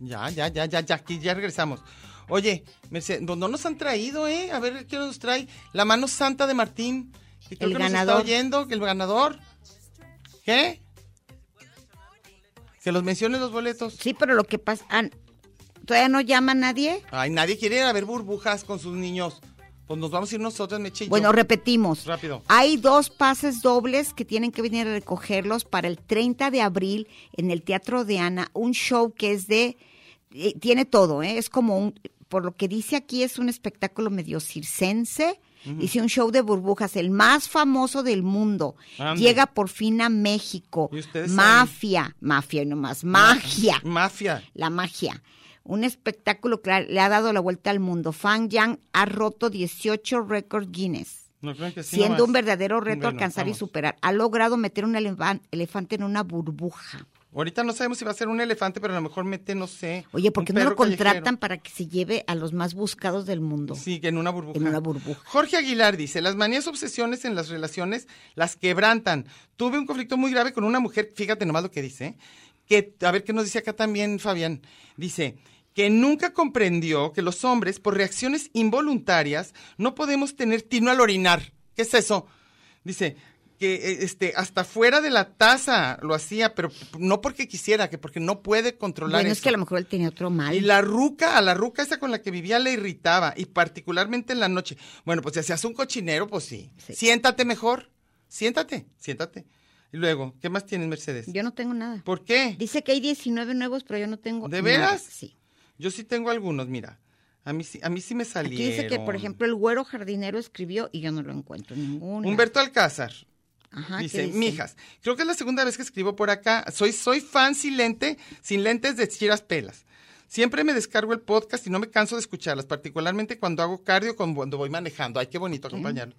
Ya, ya, ya, ya, ya, aquí ya regresamos. Oye, Mercedes, no, no nos han traído, ¿eh? A ver, ¿qué nos trae? La mano santa de Martín. Que creo El que nos está ganador. oyendo, que el ganador. ¿Qué? Que los mencionen los boletos. Sí, pero lo que pasa... ah, ¿Todavía no llama a nadie? Ay, nadie quiere ir a ver burbujas con sus niños. Pues nos vamos a ir nosotros, Meche. y yo. Bueno, repetimos. Rápido. Hay dos pases dobles que tienen que venir a recogerlos para el 30 de abril en el Teatro de Ana, un show que es de... eh, tiene todo, ¿eh? es como un... Por lo que dice aquí es un espectáculo medio circense. Hice un show de burbujas, el más famoso del mundo. Ande. Llega por fin a México. ¿Y ustedes Mafia, mafia y nomás, magia Mafia. la magia. Un espectáculo que le ha dado la vuelta al mundo. Fang Yang ha roto 18 récords Guinness, No creo que sí, siendo nomás. un verdadero reto Bueno, alcanzar y vamos. superar. Ha logrado meter un elefan- elefante en una burbuja. Ahorita no sabemos si va a ser un elefante, pero a lo mejor mete, no sé. Oye, un ¿por qué no lo perro contratan callejero. para que se lleve a los más buscados del mundo? Sí, que en una burbuja. En una burbuja. Jorge Aguilar dice, las manías obsesiones en las relaciones las quebrantan. Tuve un conflicto muy grave con una mujer, fíjate nomás lo que dice, ¿eh? que, a ver qué nos dice acá también Fabián, dice que nunca comprendió que los hombres, por reacciones involuntarias, no podemos tener tino al orinar. ¿Qué es eso? Dice que eh, este hasta fuera de la taza lo hacía, pero no porque quisiera, que porque no puede controlar Bueno, es eso. que a lo mejor él tenía otro mal. Y la ruca, a la ruca esa con la que vivía le irritaba, y particularmente en la noche. Bueno, pues si hacías un cochinero, pues sí. Sí. Siéntate mejor. Siéntate, siéntate. Y luego, ¿qué más tienes, Mercedes? Yo no tengo nada. ¿Por qué? Dice que hay 19 nuevos, pero yo no tengo ¿De nada. veras? Sí. Yo sí tengo algunos, mira. A mí sí, a mí sí me salieron. Aquí dice que, por ejemplo, el güero jardinero escribió y yo no lo encuentro ninguno. Humberto Alcázar. Ajá, ¿qué dice, dice? mijas, creo que es la segunda vez que escribo por acá. Soy, soy fan silente, sin lentes de chiras pelas. Siempre me descargo el podcast y no me canso de escucharlas, particularmente cuando hago cardio, con- cuando voy manejando. Ay, qué bonito acompañarlo.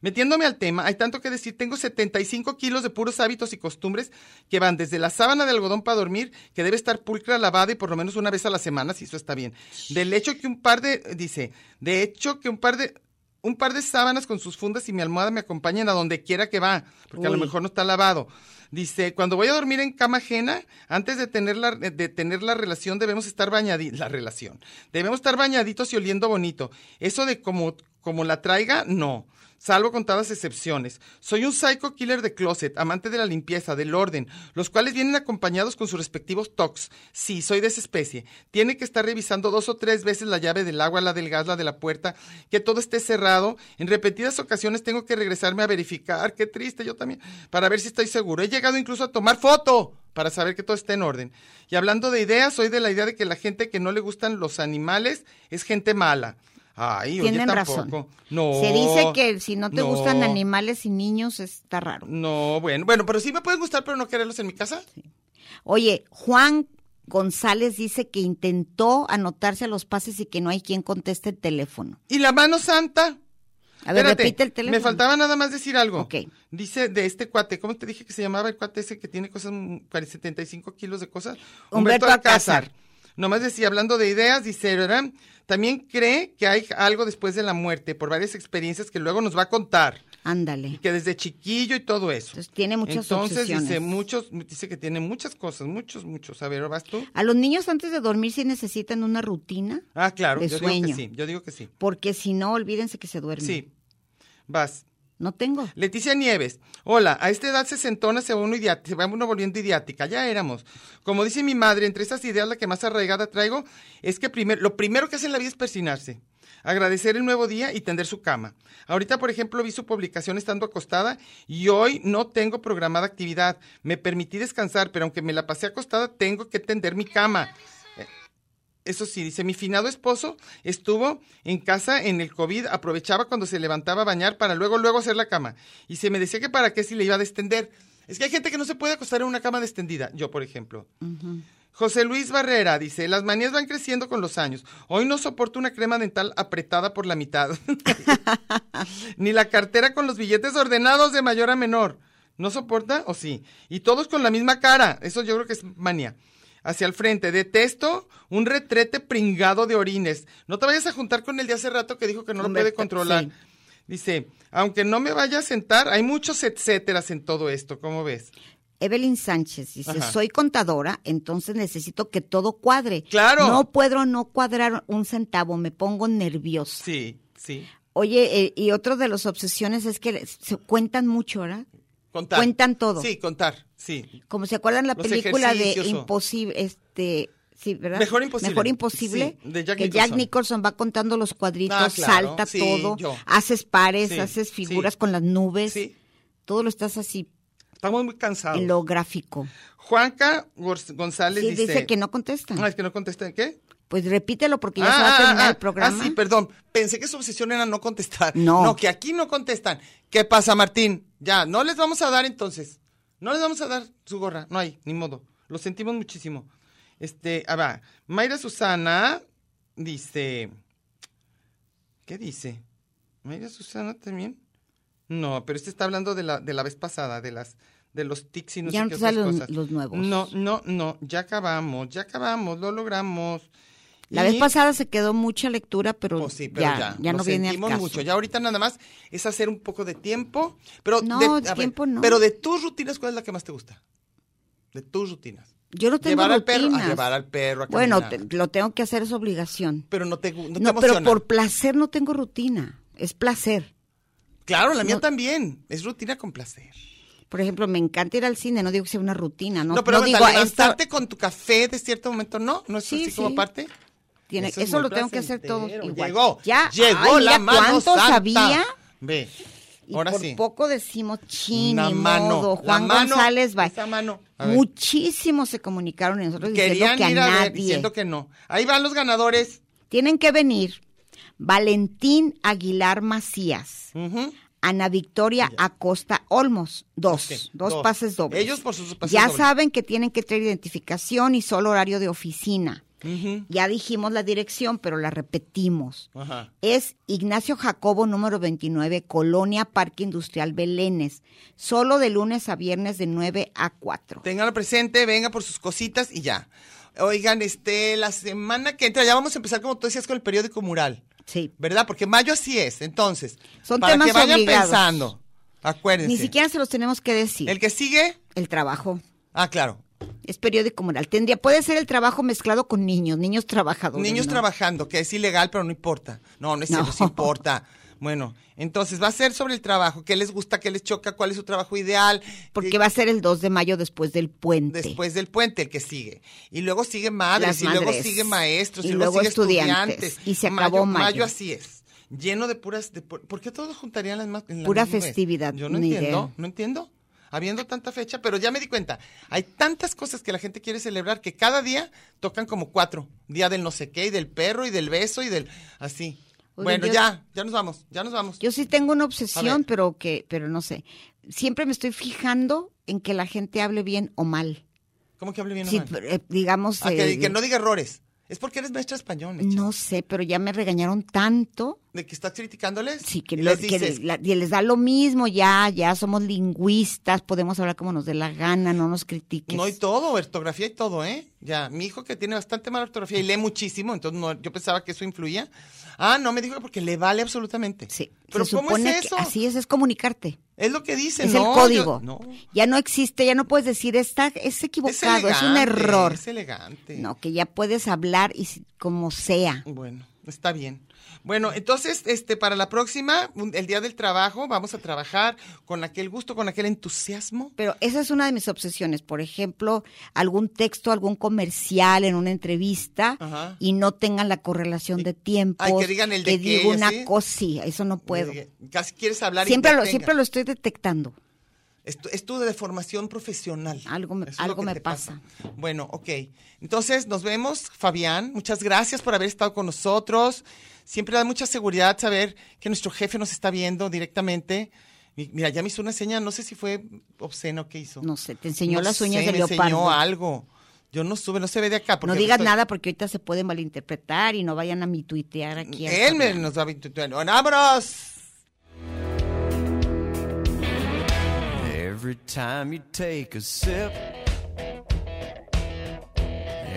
Metiéndome al tema, hay tanto que decir, tengo 75 kilos de puros hábitos y costumbres que van desde la sábana de algodón para dormir, que debe estar pulcra, lavada y por lo menos una vez a la semana, si eso está bien. Del hecho que un par de, dice, de hecho que un par de, un par de sábanas con sus fundas y mi almohada me acompañan a donde quiera que va, porque a lo Uy. mejor no está lavado. Dice, cuando voy a dormir en cama ajena, antes de tener la, de tener la relación debemos estar bañaditos, la relación, debemos estar bañaditos y oliendo bonito. Eso de como, como la traiga, no. Salvo contadas excepciones. Soy un psycho killer de closet, amante de la limpieza, del orden, los cuales vienen acompañados con sus respectivos tocs. Sí, soy de esa especie. Tiene que estar revisando dos o tres veces la llave del agua, la del gas, la de la puerta, que todo esté cerrado. En repetidas ocasiones tengo que regresarme a verificar. Qué triste, yo también. Para ver si estoy seguro. He llegado incluso a tomar foto para saber que todo está en orden. Y hablando de ideas, soy de la idea de que la gente que no le gustan los animales es gente mala. Ay, oye, Tienen razón. tampoco. No. Se dice que si no te no. gustan animales y niños está raro. No, bueno, bueno, pero sí me pueden gustar, pero no quererlos en mi casa. Oye, Juan González dice que intentó anotarse a los pases y que no hay quien conteste el teléfono. Y la mano santa. A ver, Espérate, repite el teléfono. Me faltaba nada más decir algo. Ok. Dice de este cuate, ¿cómo te dije que se llamaba el cuate ese que tiene cosas, mm, 75 kilos de cosas? Humberto Alcázar. Nomás decía, hablando de ideas, dice, ¿verdad? También cree que hay algo después de la muerte, por varias experiencias que luego nos va a contar, Ándale. y que desde chiquillo y todo eso. Entonces, tiene muchas Entonces obsesiones. dice muchos, dice que tiene muchas cosas, muchos, muchos. A ver, ¿vas tú? A los niños antes de dormir sí necesitan una rutina, Ah, claro, De yo digo sueño. que sí, yo digo que sí. porque si no, olvídense que se duermen. Sí, vas. No tengo. Leticia Nieves, hola, a esta edad sesentona se, va uno idiático, se va uno volviendo idiática, ya éramos. Como dice mi madre, entre esas ideas la que más arraigada traigo es que primer- lo primero que hace en la vida es persinarse, agradecer el nuevo día y tender su cama. Ahorita, por ejemplo, vi su publicación estando acostada y hoy no tengo programada actividad. Me permití descansar, pero aunque me la pasé acostada, tengo que tender mi cama. Eso sí, dice, mi finado esposo estuvo en casa en el COVID, aprovechaba cuando se levantaba a bañar para luego, luego hacer la cama. Y se me decía que para qué si le iba a destender. Es que hay gente que no se puede acostar en una cama destendida, yo por ejemplo. José Luis Barrera dice, las manías van creciendo con los años. Hoy no soporto una crema dental apretada por la mitad. Ni la cartera con los billetes ordenados de mayor a menor. ¿No soporta o sí? Y todos con la misma cara. Eso yo creo que es manía. Hacia el frente. Detesto un retrete pringado de orines. No te vayas a juntar con el de hace rato que dijo que no lo Hombre, puede controlar. sí. Dice, aunque no me vaya a sentar, hay muchos etcéteras en todo esto. ¿Cómo ves? Evelyn Sánchez dice, Ajá. soy contadora, entonces necesito que todo cuadre. Claro. No puedo no cuadrar un centavo, me pongo nerviosa. Sí, sí. Oye, eh, y otro de las obsesiones es que se cuentan mucho, ¿verdad? Contar. Cuentan todo. Sí, contar. Sí. Como se acuerdan la Los película de ejercicios o- Imposible, este, sí, ¿verdad? Mejor Imposible. Mejor Imposible, Sí, de Jack que Jack Nicholson. Nicholson va contando los cuadritos, Ah, claro, salta sí, todo, yo. haces pares, Sí, haces sí. figuras con las nubes, Sí. todo lo estás así Estamos muy cansados. en lo gráfico. Juanca Gor- González Sí, dice, dice, que no contestan. Ah, es que no contesté. ¿Qué? Pues repítelo porque ya se va a terminar el programa. ah, sí, perdón. Pensé que su obsesión era no contestar. No. No, que aquí no contestan. ¿Qué pasa, Martín? Ya, no les vamos a dar entonces. No les vamos a dar su gorra. No hay, ni modo. Lo sentimos muchísimo. Este, ah, va. Mayra Susana dice. ¿Qué dice? Mayra Susana también. No, pero este está hablando de la, de la vez pasada, de las de los tics y no Ya sé no te qué otras salen cosas. los nuevos. No, no, no, ya acabamos, ya acabamos, lo logramos. la Y- vez pasada se quedó mucha lectura, pero, pues sí, pero ya, ya, ya, lo no viene al sentimos caso. mucho. Ya ahorita nada más es hacer un poco de tiempo, pero No, de, de a tiempo no. Pero de tus rutinas, ¿cuál es la que más te gusta? De tus rutinas. Yo no tengo llevar al perro, a rutinas. llevar al perro a Bueno, caminar. te- lo tengo que hacer, es obligación. pero no te, gu- no te No, pero emociona. por placer no tengo rutina, es placer. Claro, la mía no- también. Es rutina con placer. Por ejemplo, me encanta ir al cine, no digo que sea una rutina, no, No, pero no aguanta, digo esto levantarte con tu café de cierto momento, no, no es Sí, así como sí. aparte. tiene- eso, es muy lo tengo que hacer todo placentero. igual. Llegó, ya, llegó ay, mira la mano cuánto santa. sabía. Ve, Y ahora por sí. poco decimos chin, Una ni mano, modo. la Juan mano, González va. esa mano. A ver. Muchísimos se comunicaron y nosotros diciendo Querían que a ir a ver, nadie. diciendo que no. Ahí van los ganadores. Tienen que venir Valentín Aguilar Macías, Ujú. Ana Victoria Acosta Olmos, dos, Ok, dos, dos. pases dobles. Ellos por sus pases Ya dobles. saben que tienen que traer identificación y solo horario de oficina. Ya dijimos la dirección, pero la repetimos. Ajá. Es Ignacio Jacobo, número 29, Colonia Parque Industrial Belénes. Solo de lunes a viernes de 9 a 4. Ténganlo presente, venga por sus cositas y ya. Oigan, este, la semana que entra ya vamos a empezar, como tú decías, con el periódico mural, Sí. ¿verdad? Porque mayo así es, entonces. Son para temas que vayan obligados. pensando. Acuérdense. Ni siquiera se los tenemos que decir. El El, que sigue, trabajo. ah, claro, Es periódico moral. Tendría, puede ser el trabajo mezclado con niños, niños trabajadores. niños ¿no? trabajando, que es ilegal, pero no importa. No, no es No. cierto, sí importa. Bueno, entonces va a ser sobre el trabajo, qué les gusta, qué les choca, cuál es su trabajo ideal. Porque eh, va a ser el 2 de mayo después del puente. después del puente el que sigue. Y luego sigue madres, Las y luego madres. sigue maestros, y, Y luego, luego sigue estudiantes. estudiantes. Y se acabó mayo. así es. Lleno de puras... de pu- ¿Por qué todos juntarían las más... en la Pura misma vez? festividad, Yo no ni entiendo, idea. no entiendo. Habiendo tanta fecha, pero ya me di cuenta. Hay tantas cosas que la gente quiere celebrar que cada día tocan como cuatro. Día del no sé qué, y del perro, y del beso, y del... Así. Oye, bueno, yo- ya, ya nos vamos, ya nos vamos. Yo sí tengo una A obsesión, ver. pero que, pero no sé. Siempre me estoy fijando en que la gente hable bien o mal. ¿Cómo que hable bien? Sí, Omar? eh, digamos. Ah, que, eh, que no diga errores. Es porque eres maestra de español. mi chava. no sé, pero ya me regañaron tanto. de que estás criticándoles. Sí, que, y lo- les que dices, la- y les da lo mismo, ya, ya somos lingüistas, podemos hablar como nos dé la gana, no nos critiques. No hay todo, ortografía y todo, ¿eh? Ya, mi hijo que tiene bastante mala ortografía y lee muchísimo, entonces no, yo pensaba que eso influía. Ah, no, me dijo que porque le vale absolutamente. Sí, Pero se ¿cómo es supone que eso? así es, es comunicarte. Es lo que dicen, Es ¿no? el yo- código. no. Ya no existe, ya no puedes decir, está, es Es equivocado, elegante, es, un error. Es elegante. No, que ya puedes hablar y si- como sea. Bueno, Está bien. Bueno, entonces, este, para la próxima, un- el día del trabajo, vamos a trabajar con aquel gusto, con aquel entusiasmo. Pero esa es una de mis obsesiones. Por ejemplo, algún texto, algún comercial en una entrevista Ajá. y no tengan la correlación de tiempo. Ay, que digan el de qué, digo una ¿sí? cosa, sí, eso no puedo. Casi quieres hablar Siempre y lo, detenga. siempre lo estoy detectando. Es tu, es tu deformación profesional. Algo me- Eso es lo algo que me te Bueno, ok. Entonces, nos vemos, Fabián. Muchas gracias por haber estado con nosotros. Siempre da mucha seguridad saber que nuestro jefe nos está viendo directamente. Mi- Mira, ya me hizo una seña, no sé si fue obsceno que hizo. No sé, te enseñó No las uñas sé, de me enseñó leopardo. algo. Yo no sube, no se ve de acá. No porque digas estoy- nada porque ahorita se puede malinterpretar y no vayan a mi tuitear aquí. al Él me programa. nos va a intuitar. ¡Vámonos! Every time you take a sip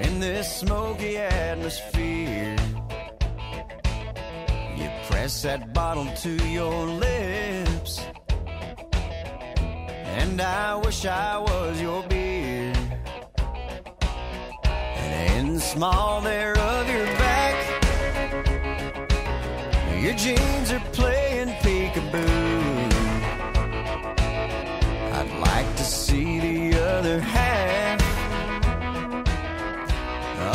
in this smoky atmosphere, you press that bottle to your lips, and I wish I was your beer. And in the small there of your back, your jeans are playing peekaboo. I'd like to see the other half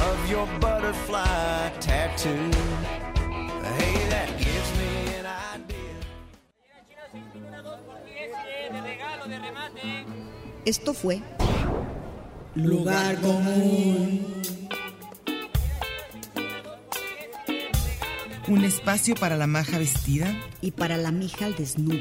of your butterfly tattoo. Hey, that gives me an idea. Esto fue lugar común, Un espacio para la maja vestida. Y para la mija al desnudo.